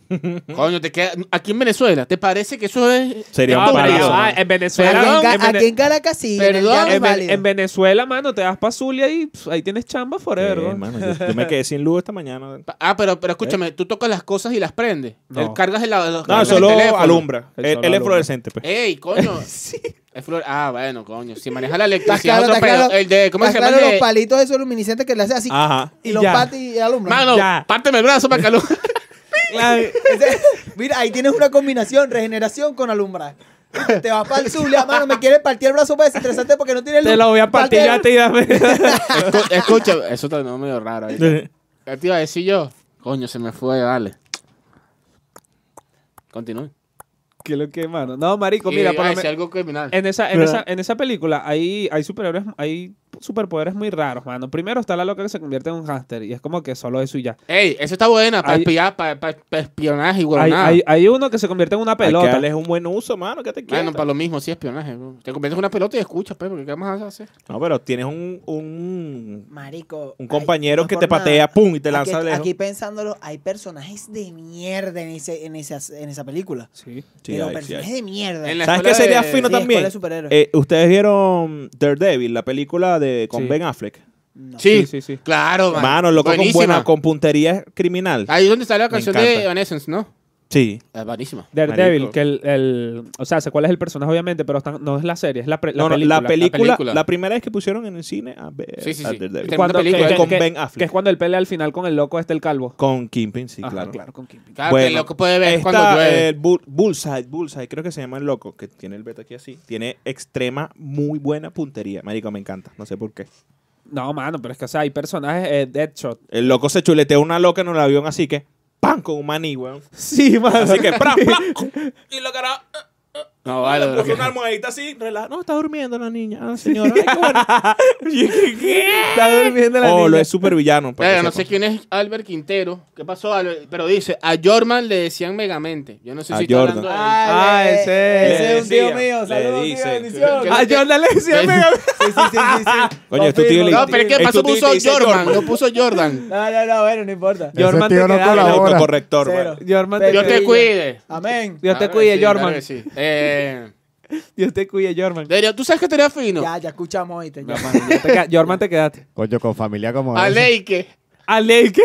¿Mm?
Coño, te queda. Aquí en Venezuela, ¿te parece que eso es.
Sería
Ah,
No,
un
pero
paraíso,
ya va,
¿no?
eh,
en Venezuela.
Aquí en,
Perdón,
Ca-
en Vene-
aquí en Caracas sí. en el
Perdón,
llano es
en Ve-
válido.
en Venezuela, mano, te vas pa' Zulia y pss, ahí tienes chamba forever,
Eh,
weón.
mano, yo, yo me quedé sin luz esta mañana.
Pa- Ah, pero, pero escúchame, tú tocas las cosas y las prendes.
No.
Él cargas el, la- los-
No,
el
solo
teléfono. Eh,
alumbra.
El
Él, él
solo
es
alumbra.
fluorescente, pues.
Ey, coño. Es flor- Ah, bueno, coño. Si maneja la
Está
electricidad,
claro,
otro
está
pedo.
claro.
El de, ¿cómo
Está
se llama?
claro
El
los
de-
palitos esos luminiscentes que le hace así.
Ajá.
Y los
Ah, Ya.
patis y alumbran.
Mano,
Ya.
párteme el brazo para que alu-
[LAUGHS]
Claro.
Ese- Mira, ahí tienes una combinación, regeneración con alumbrar. Te
[LAUGHS]
vas para el Zulia, mano, me quieres partir el brazo para desestresarte porque no tienes luz.
Te lo voy a
Parte
partir
del-
ya, te dame.
[LAUGHS]
[LAUGHS]
Escu- Escucha, eso también es medio raro.
[LAUGHS]
ahí. ¿Qué te iba a decir yo? Coño, se me fue, vale. Continúe.
¿Qué lo que, mano? No, marico,
Mira,
mira, por
iba a
lo
decir
men-
algo criminal.
en esa, en, esa, en esa película hay, hay superhéroes, hay superpoderes muy raros, mano. Primero está la loca que se convierte en un hámster y es como que solo eso y ya.
Ey, eso está buena para
Hay-
espiar, para espionaje y
Hay,
huevonada.
hay- hay uno que se convierte en una
Pelota.
pelota.
es un buen uso, mano. ¿Qué te
Bueno,
quieres?
para Ah, lo mismo, sí, espionaje. bro. Te conviertes en una pelota y escuchas, pero ¿qué más vas a hacer?
No, pero tienes un, un,
Marico.
un
ay,
compañero
no
que
por
te
nada.
patea, pum, y te
Aquí,
lanza lejos.
aquí pensándolo, hay personajes de mierda en, ese, en, esas- en esa película.
Sí.
Sí,
Pero
hay, sí,
personajes
hay.
de mierda.
En la
¿Sabes
escuela
qué sería
de-
fino
Sí,
también?
escuela de superhéroes.
Eh, Ustedes vieron Daredevil, la película de con
Sí.
Ben Affleck.
No.
Sí,
Sí, sí, sí.
Claro, man.
Mano, loco, con,
Buenísima.
buena, con puntería criminal.
Ahí es donde sale la
Me
canción
encanta.
de Evanescence, ¿no?
Sí.
Es buenísima.
Daredevil,
Marico.
que el, el- O sea, sé cuál es el personaje, obviamente, pero está- no es la serie, es la, pre- la
No, no,
película.
la, película,
película.
la primera vez que pusieron en el cine a, ver
Sí, sí,
a
sí. Este
Daredevil.
Tremenda
Cuando- que-
película.
que-
Con
que-
Ben Affleck.
Que es cuando él pelea al final con el loco este, el calvo.
Con Kingpin, sí,
Ajá,
claro.
con Kingpin.
Claro,
Bueno,
que lo que puede ver es
Esta,
cuando llueve.
eh, Bull- Bullseye, Bullseye, creo que se llama el loco, que tiene el beta aquí así. Tiene extrema, muy buena puntería. Marico, me encanta. No sé por qué.
No, mano, pero es que, o sea, hay personajes eh, Deadshot.
El loco se chuleteó una loca en el avión así que ¡pam! con un maní, weón.
Sí, [LAUGHS] mano.
Así que ¡pra!
[LAUGHS]
¡pra! Y la cara
No, vale,
puso
bro.
una almohadita así, relaja. No, está durmiendo la niña, ah, señora. Ay,
[LAUGHS]
qué bueno.
Está durmiendo la
Oh,
niña.
lo es súper villano.
Verga, no sé quién es Albert Quintero. ¿Qué pasó, Albert? Pero dice, a Jorman le decían Megamente. Yo no sé
A
si está
Jordan.
hablando de él.
Ah,
Ah, ese-
ese es un
le
tío
decía,
mío.
le
Saludos, tío,
dice. [LAUGHS]
bendición.
Que-
A Jordan le decía
que-
Mega.
Sí, sí, sí, sí, sí.
Coño, es tu tío y
Confirmo.
le-
Pues, No, pero es que
Es
pasó
tu tío y
puso
te dice
Jorman,
Jordan.
no puso [LAUGHS] Jordan.
No, no, no, bueno,
[LAUGHS]
no importa.
Ese
Jorman te
tío no
quedaba.
El
colabora.
autocorrector,
Cero.
weón.
Jorman te
Pero-
Dios
quedaba.
te cuide.
Amén.
Dios te
Claro que
cuide,
sí, claro
Jorman.
que sí. Eh,
Dios te cuide, Jorman.
Derio, ¿Tú sabes qué estaría fino?
Ya, ya escuchamos, oíste. ya.
No, mano, ya te queda- Jorman te quedaste.
Coño, con familia como
A
esa.
[LAUGHS] Leike.
A Leike.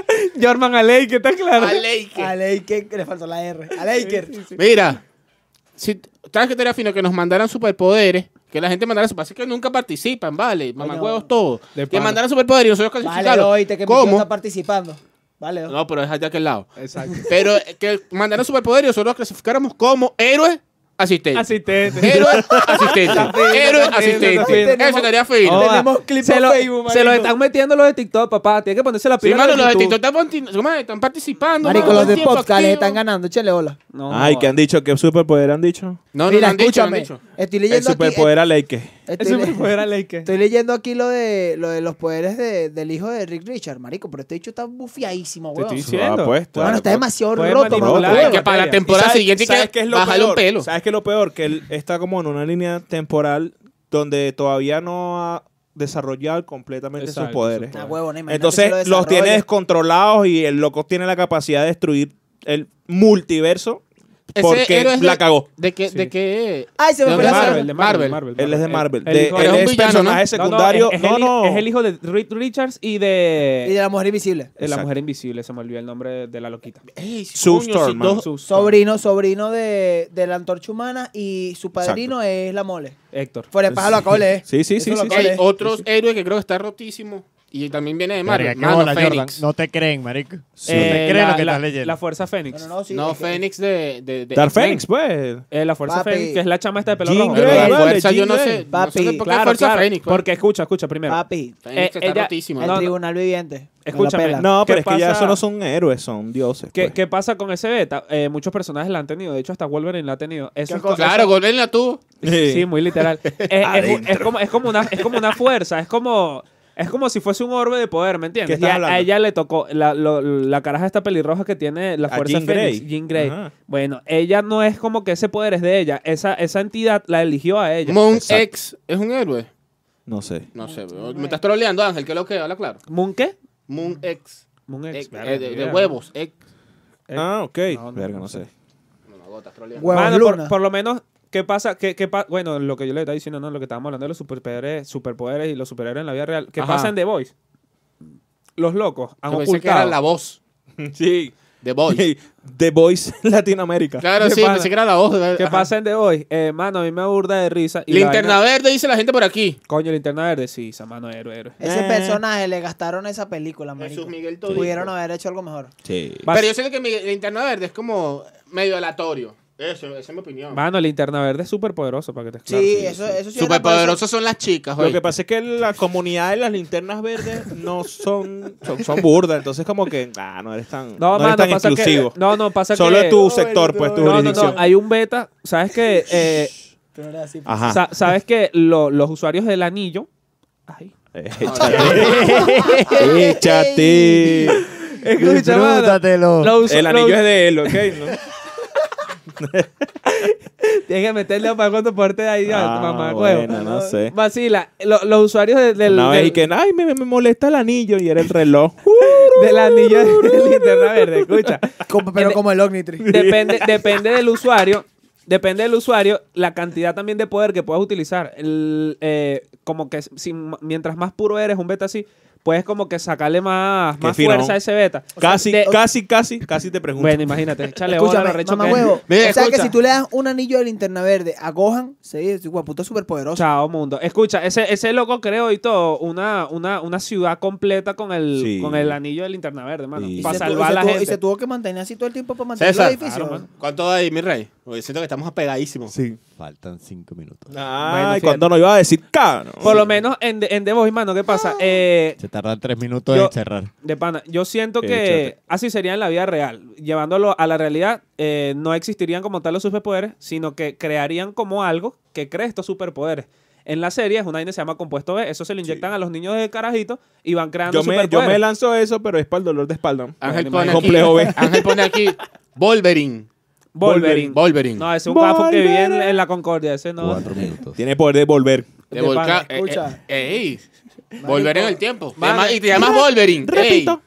[LAUGHS] Jorman a Leike, ¿está claro?
A Leike.
A Laker, le faltó la R. A Laker.
Mira, si, ¿sabes qué estaría fino? Que nos mandaran superpoderes. Que la gente mandara superpoderes. que nunca participan, vale. Mamagüevos todos.
De
Que
pana.
mandaran superpoderes y nosotros
Vale,
clasificarlos.
oíste, que mi tío
¿Cómo?
está participando. Vale, oíste.
No, pero es allá de aquel lado.
Exacto.
Pero eh, que mandaran superpoderes y nosotros los clasificáramos como héroe asistente.
Asistente.
Héroe asistente. Héroe
está fino, está
asistente.
fino.
Eso estaría fino.
Oh, Tenemos clip
se
en
lo,
Facebook,
Se lo
marico.
están metiendo los de TikTok, papá. Tiene que ponerse la
Sí,
pila.
mano,
de
los de
YouTube.
TikTok están parti- man, están participando.
Marico,
mano,
los de
tiempo
Popstar les
activo.
están ganando. Échale hola.
No,
Ay,
joda. [LAUGHS]
que han dicho, qué superpoder han dicho.
No, no,
Mira,
no han dicho, no han
escúchame.
dicho.
Estoy
El
leyendo aquí.
superpoder a Leike.
estoy
Ese
le-
superpoder a Leike.
Estoy leyendo aquí lo de, lo de los poderes de- del hijo de Rick Richard, marico, pero este dicho está bufiadísimo,
Te
weón.
estoy
Bueno,
diciendo.
Ah, pues, está-
está demasiado
puede
roto,
manipular.
mamá,
Hay
Claro,
que
huevo.
para la
materia.
temporada
¿Sabes-
siguiente
sabes
hay
qué
que
es lo
bajarle un
peor?
pelo.
¿Sabes qué es lo peor? Que él está como en una línea temporal donde todavía no ha desarrollado completamente
Exacto,
sus poderes.
Ah, huevo, no, imagínate si lo
Entonces los tiene
desarrolla.
descontrolados y el loco tiene la capacidad de destruir el multiverso
Ese
porque
héroe es
la
de-
cagó.
¿De qué?
Sí.
¿De eh, qué?
Ay, se me
¿De
fue
dónde?
la
Marvel,
sala.
de Marvel.
Él es de Marvel.
El- el
De-
hijo de-
él
es un
es
villano, ¿no?
personaje
No, no,
secundario.
es, es
No,
el,
no.
es el hijo de Reed Richards y de.
Y de la mujer invisible.
de la
Exacto.
mujer invisible, se me olvidó el nombre de la loquita.
Ey,
Sue
coño, si
Storm,
dos-
man.
Su-
Sobrino, sobrino de, de la antorcha humana y su padrino es la mole.
Héctor. Eh,
Fuera de paja lo acabo de leer.
Sí, sí,
Eso
sí,
lo
sí,
acabo de
Hay
leer.
otros héroes que creo que está rotísimo y también viene de
Verga,
Marvel.
qué
Mano,
bola, Jordan.
Fénix.
No te creen, marico.
Sí.
no
Eh,
te creen
la,
lo que
la-
estás leyendo.
la Fuerza Fénix.
Bueno, no, sí,
no,
es que-
Fénix de, de, de X-Men.
Dark Phoenix, pues.
Eh, la Fuerza
Papi.
Fénix, que es la chama esta de pelo
Jean
rojo.
Pero la
Grey, vale,
fuerza, yo
Jean
no
Grey.
sé. no sé
Papi,
por qué
Claro,
fuerza
claro.
Fénix. pues.
Porque escucha, escucha, primero.
Papi,
Fénix
Eh,
está
ella-
rotísimo.
el
No, no.
tribunal viviente.
Escúchame.
pela.
No,
¿qué
pero es que ya
pasa-
eso no son héroes, son dioses.
¿Qué,
pues.
qué pasa con ese beta? Eh, muchos personajes la han tenido. De hecho, hasta Wolverine la ha tenido. Eso es co-
Claro,
eso-
golpeenla tú.
Sí.
Sí, muy literal.
[LAUGHS]
Eh, Es- es, es como, es, como una, es como una fuerza. Es como... Es como si fuese un orbe de poder, ¿me
¿Qué
entiendes?
estás
Y a,
hablando?
a ella le tocó la, lo- la caraja esta pelirroja que tiene la
A
fuerza
Jean
Fénix,
Grey.
Jean Grey.
Ajá.
Bueno, ella no es como que ese poder es de ella. Esa, esa entidad la eligió a ella.
Moon
Exacto.
X es un héroe.
No sé.
No sé, bro. me estás troleando, Ángel, que es lo que habla claro.
¿Moon qué?
Moon X.
Moon X,
Ex-
verga,
eh, de, de
mira.
huevos. X.
Ah, ok.
no,
Verga,
no
no
sé.
sé. [LAUGHS]
No, no, estás troleando.
Huevos
Mano, por,
luna.
por lo menos, ¿qué pasa? ¿Qué, qué pa- bueno, lo que yo le estaba diciendo, no, lo que estábamos hablando de los superpoderes, superpoderes y los superhéroes en la vida real. ¿Qué
Ajá.
pasa en The Voice? Los locos han
Yo pensé que era
ocultado.
la voz.
Sí.
The
[LAUGHS]
Voice.
The
[LAUGHS]
Voice Latinoamérica.
Claro,
¿Qué
sí,
pasa?
pensé que era la voz.
¿Qué
Ajá.
pasa en The Voice? Eh, mano, a mí me burda de risa. Y la
Linterna
vaina-
verde, dice la gente por aquí.
Coño, linterna verde, sí, esa mano héroe, héroe.
Ese
Eh.
personaje le gastaron esa película, marico.
Jesús Miguel Todito.
Pudieron haber hecho algo mejor.
Sí.
Pero yo siento que mi linterna verde es como medio aleatorio. Eso, esa es mi opinión.
Mano, linterna verde es súper poderoso para que te
Sí,
claro,
eso, eso sí. era
Superpoderosas son las chicas,
Lo
oye.
que pasa es que la comunidad de las linternas verdes no son, son, son burdas, entonces como que ah, no eres tan, no,
No,
eres
mano,
tan
pasa
inclusivo.
que. No, no, pasa
Solo
que.
es tu sector, pues, tu
No, no,
jurisdicción.
no. Hay un beta. ¿Sabes
[LAUGHS]
qué? Eh,
por eso- Tú no eres así.
Ah.
Ajá.
sa- ¿Sabes que Los usuarios del anillo. Ay.
Échate. [LAUGHS] Échate.
Escucha, mano.
Disfrútatelo.
Los usu-
El anillo
los-
es de él,
[LAUGHS]
¿ok?
Tienes que meterle a para cuando parte de ahí,
Ah,
ah, mamá, huevo.
bueno, no sé.
Vacila, lo- los usuarios de- del,
Una vez
del,
y que, ay, me, me molesta el anillo y era el reloj.
del anillo de [LAUGHS] linterna
[LAUGHS]
verde, escucha.
Como- pero
En-
como el Omnitrix.
Depende, depende del usuario. Depende del usuario la cantidad también de poder que puedas utilizar. El, eh, como que si- mientras más puro eres un beta así, puedes como que sacarle más,
Qué
más
fino.
fuerza a ese beta.
casi,
de-
casi, casi, casi te pregunto.
Bueno, imagínate, échale bola a lo
Escúchame,
recho
mamá
que es.
huevo.
Mira,
o sea que
escucha.
si tú le das un anillo de linterna verde a Gohan, se dice, guaputo superpoderoso.
Chao, mundo. Escucha, ese, ese loco creó y todo una, una, una ciudad completa con el,
Sí.
con el anillo de linterna verde, mano.
Sí. Y
Para
se
salvar
tuvo-
a la
se tuvo-
gente.
Y se tuvo que mantener así todo el tiempo para mantener el
César,
edificio.
Claro, mano.
¿cuánto hay, mi rey? Oye, siento que estamos apegadísimos.
Sí.
Faltan cinco minutos.
Ay,
Bueno, fíjate.
cuando no iba a decir, cabrón.
Por lo menos en, en The Voice, mano, ¿qué
Ah.
pasa? Eh,
Se tardan tres minutos
Yo-
en cerrar.
de pana, yo siento
Qué
que
chate.
así sería en la vida real. Llevándolo a la realidad, eh, no existirían como tal los superpoderes, sino que crearían como algo que cree estos superpoderes. En la serie es una vaina que se llama compuesto B. Eso se lo inyectan a los niños de carajito y van creando
yo me, yo
superpoderes.
me lanzo eso, pero es para el dolor de espalda.
Ángel pone,
Bueno, imagínate.
aquí,
Complejo B.
[LAUGHS] Ángel pone aquí Wolverine.
Wolverine.
Wolverine.
No, ese es un gafo que
Wolverine.
vive en, en la Concordia. Ese no.
Cuatro minutos.
Tiene poder de volver.
De
de
volca-
pana,
eh,
escucha.
eh, ey. Volver en el tiempo. Te
Vale.
llamas- y te llamas Wolverine. Ey.
Repito.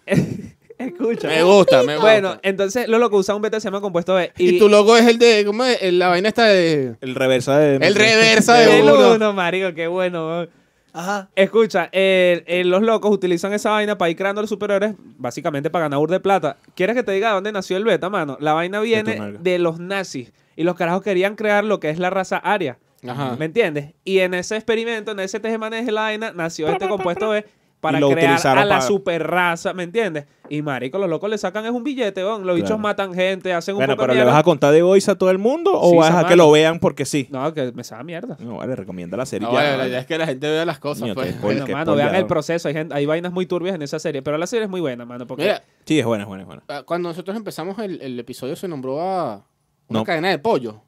Escucha.
Me gusta, me gusta.
Bueno, entonces lo que usa un beta se llama compuesto B.
y, tu logo es el de. ¿Cómo es? El- La vaina esta de.
El reversa de.
El reversa de
El
uno.
uno, marico, qué bueno. weón.
Ajá.
Escucha, eh, eh, los locos utilizan esa vaina para ir creando los superhéroes, básicamente para ganar ur de plata. ¿Quieres que te diga dónde nació el beta, mano? La vaina viene de,
nalga.
los nazis. Y los carajos querían crear lo que es la raza aria.
Ajá.
¿Me entiendes? Y en ese experimento, en ese tejemaneje de la vaina, nació este compuesto B para
Y lo
crear
utilizaron
a la
para-
superraza, ¿me entiendes? Y marico, los locos le sacan es un billete, weón. Los bichos
Claro.
matan gente, hacen un
Bueno,
poco de
pero ¿le
mierda.
vas a contar de voice a todo el mundo o
Sí,
vas a dejar
Samara.
que lo vean porque sí?
No, que me sabe mierda.
No, vale, recomienda la serie.
No,
ya,
vale, la
vale.
idea es que la gente vea las cosas.
Coño,
pues.
te-
Bueno,
Qué
mano, vean el
pollador.
proceso. Hay, gente- hay vainas muy turbias en esa serie, pero la serie es muy buena, mano. Porque
Mira,
Sí, es buena, es buena, es buena.
ah, cuando nosotros empezamos el, el episodio se nombró a una
No.
cadena de pollo.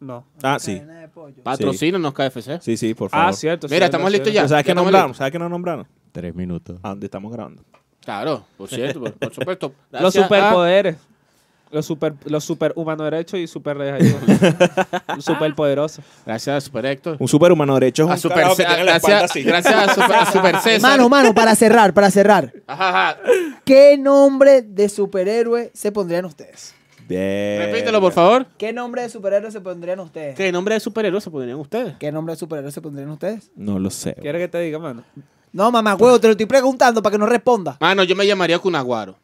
no.
Ah, sí.
Cadena de pollo.
Patrocínanos KFC.
Sí, sí, por favor.
Ah, cierto.
Mira,
cierto,
estamos
cierto.
listos ya.
Pero ¿Sabes qué
estamos
nombraron?
listos.
¿Sabes qué nos nombraron?
Tres minutos.
¿A dónde estamos grabando?
Claro, por cierto, por, por
[LAUGHS]
supuesto.
Los
Gracias a-
superpoderes. Los super, los super humano derecho y super
[LAUGHS]
super poderoso.
Gracias a Super Héctor.
Un superhumano derecho es un
A Super
carajo que
Ce-
tiene la espalda
gracias,
así.
gracias a Super, a
[LAUGHS]
Super César.
Mano, mano, para cerrar, para cerrar.
Ajá, ajá.
¿Qué nombre de superhéroe se pondrían ustedes?
Bien.
Repítelo, por favor.
¿Qué nombre de superhéroe se pondrían ustedes? ¿Qué,
¿Qué nombre de superhéroe se pondrían ustedes?
nombre de superhéroe se pondrían ustedes?
No lo sé.
¿Quieres que te diga, mano?
No, mamá, huevo, te lo estoy preguntando para que no responda.
Mano, yo me llamaría Kunaguaro.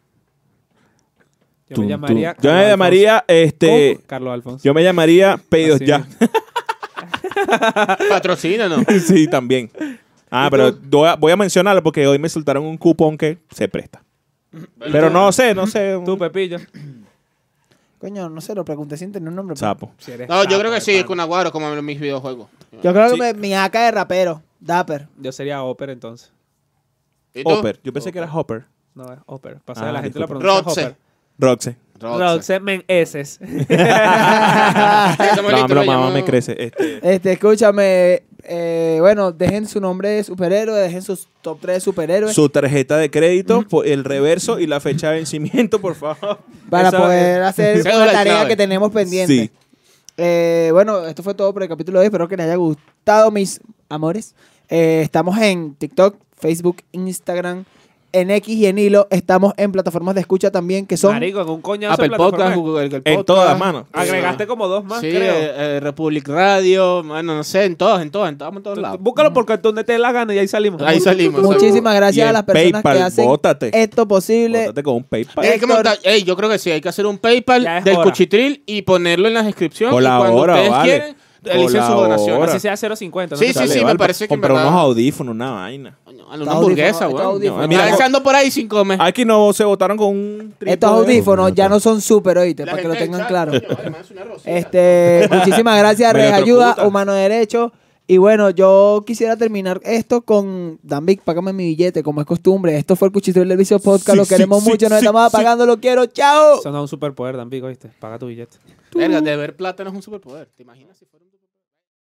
Yo
Tum,
me
tum.
llamaría.
Yo me
Carlos
llamaría,
Alfonso.
este...
¿Cómo? Carlos Alfonso.
Yo me llamaría Pedidos
Así
Ya.
mismo.
[LAUGHS]
Patrocínanos.
sí, también. Ah, pero doy a- voy a mencionarlo porque hoy me soltaron un cupón que se presta. Pero no sé, no sé.
Tú,
Un
Pepillo.
Coño, no sé, lo pregunté sin tener un nombre. pues.
sapo.
Si eres
No, yo
sapo,
creo que
de
sí,
pana.
Kunaguaro, como en mis videojuegos.
Yo creo
Sí.
que me- mi aca de rapero, Dapper.
Yo sería Oper entonces.
¿Y tú?
Hopper. Yo pensé que era Hopper.
No, es Hopper. Pasa que
Ah,
la gente la
disculpa.
pronuncia
Roxy.
Hopper.
Roxy.
Roxy men eses.
Estamos
La
listos,
mamá,
lo
me
llamamos.
crece. Este,
Este, escúchame. eh, bueno, dejen su nombre de superhéroe, dejen sus top 3 de superhéroes
su tarjeta de crédito, po- el reverso y la fecha de vencimiento, por favor.
para
Esa-
poder hacer
Esa es
la
la
tarea
clave.
que tenemos pendiente.
Sí.
Eh, bueno, esto fue todo por el capítulo de hoy. Espero que les haya gustado, mis amores. Eh, estamos en TikTok, Facebook, Instagram, en X y en Hilo. Estamos en plataformas de escucha también que son.
Marico, en un coñazo de
Apple Podcast,
plataforma.
Google Podcast.
En todas, mano.
Agregaste como dos más,
sí,
creo.
eh, eh, Republic Radio, bueno, no sé, en todas, en todas, en todas, en todos
Tú-
lados.
tú Búscalo porque donde te dé la gana y ahí salimos.
Ahí salimos.
Muchísimas
Y
gracias
en
a las personas
PayPal,
que hacen
bótate.
esto posible.
Bótate con un PayPal.
Ey, hay que
Héctor.
montar- ey, yo creo que sí, hay que hacer un
Ya es
PayPal del
hora.
cuchitril y ponerlo en la descripción. y cuando
Colabora,
ustedes
vale.
quieren, realicen su
Colabora.
donación.
Así sea 0.50.
Sí,
te
sí,
Dale,
sale.
sí. me
vale,
parece que en
Comprar unos
verdad- Eh.
audífonos, una vaina.
Coño,
Está
Una hamburguesa,
audífono,
weón.
está
Mira,
audífono.
echando por ahí sin comer.
Aquí no se votaron con ¿eh? un
Estos
trípode.
audífonos ya no son súper, oíste,
La
para que
gente
lo
del
tengan
chat, [LAUGHS]
claro.
coño, vale, más una rosita.
[LAUGHS]
Este, muchísimas gracias,
Me la
Red Ayuda,
trocuta.
Humano Derecho. Y bueno, yo quisiera terminar esto con Danvic, págame mi billete, como es costumbre. Esto fue el Cuchitril del Vicio Podcast,
Sí,
lo
sí,
queremos
sí,
mucho, nos
sí,
estamos
sí.
apagando, lo quiero, chao.
Eso no es un superpoder, Dan Pico, ¿viste? Paga tu billete.
Verga, de ver plata no es un superpoder. ¿Te imaginas si fuera un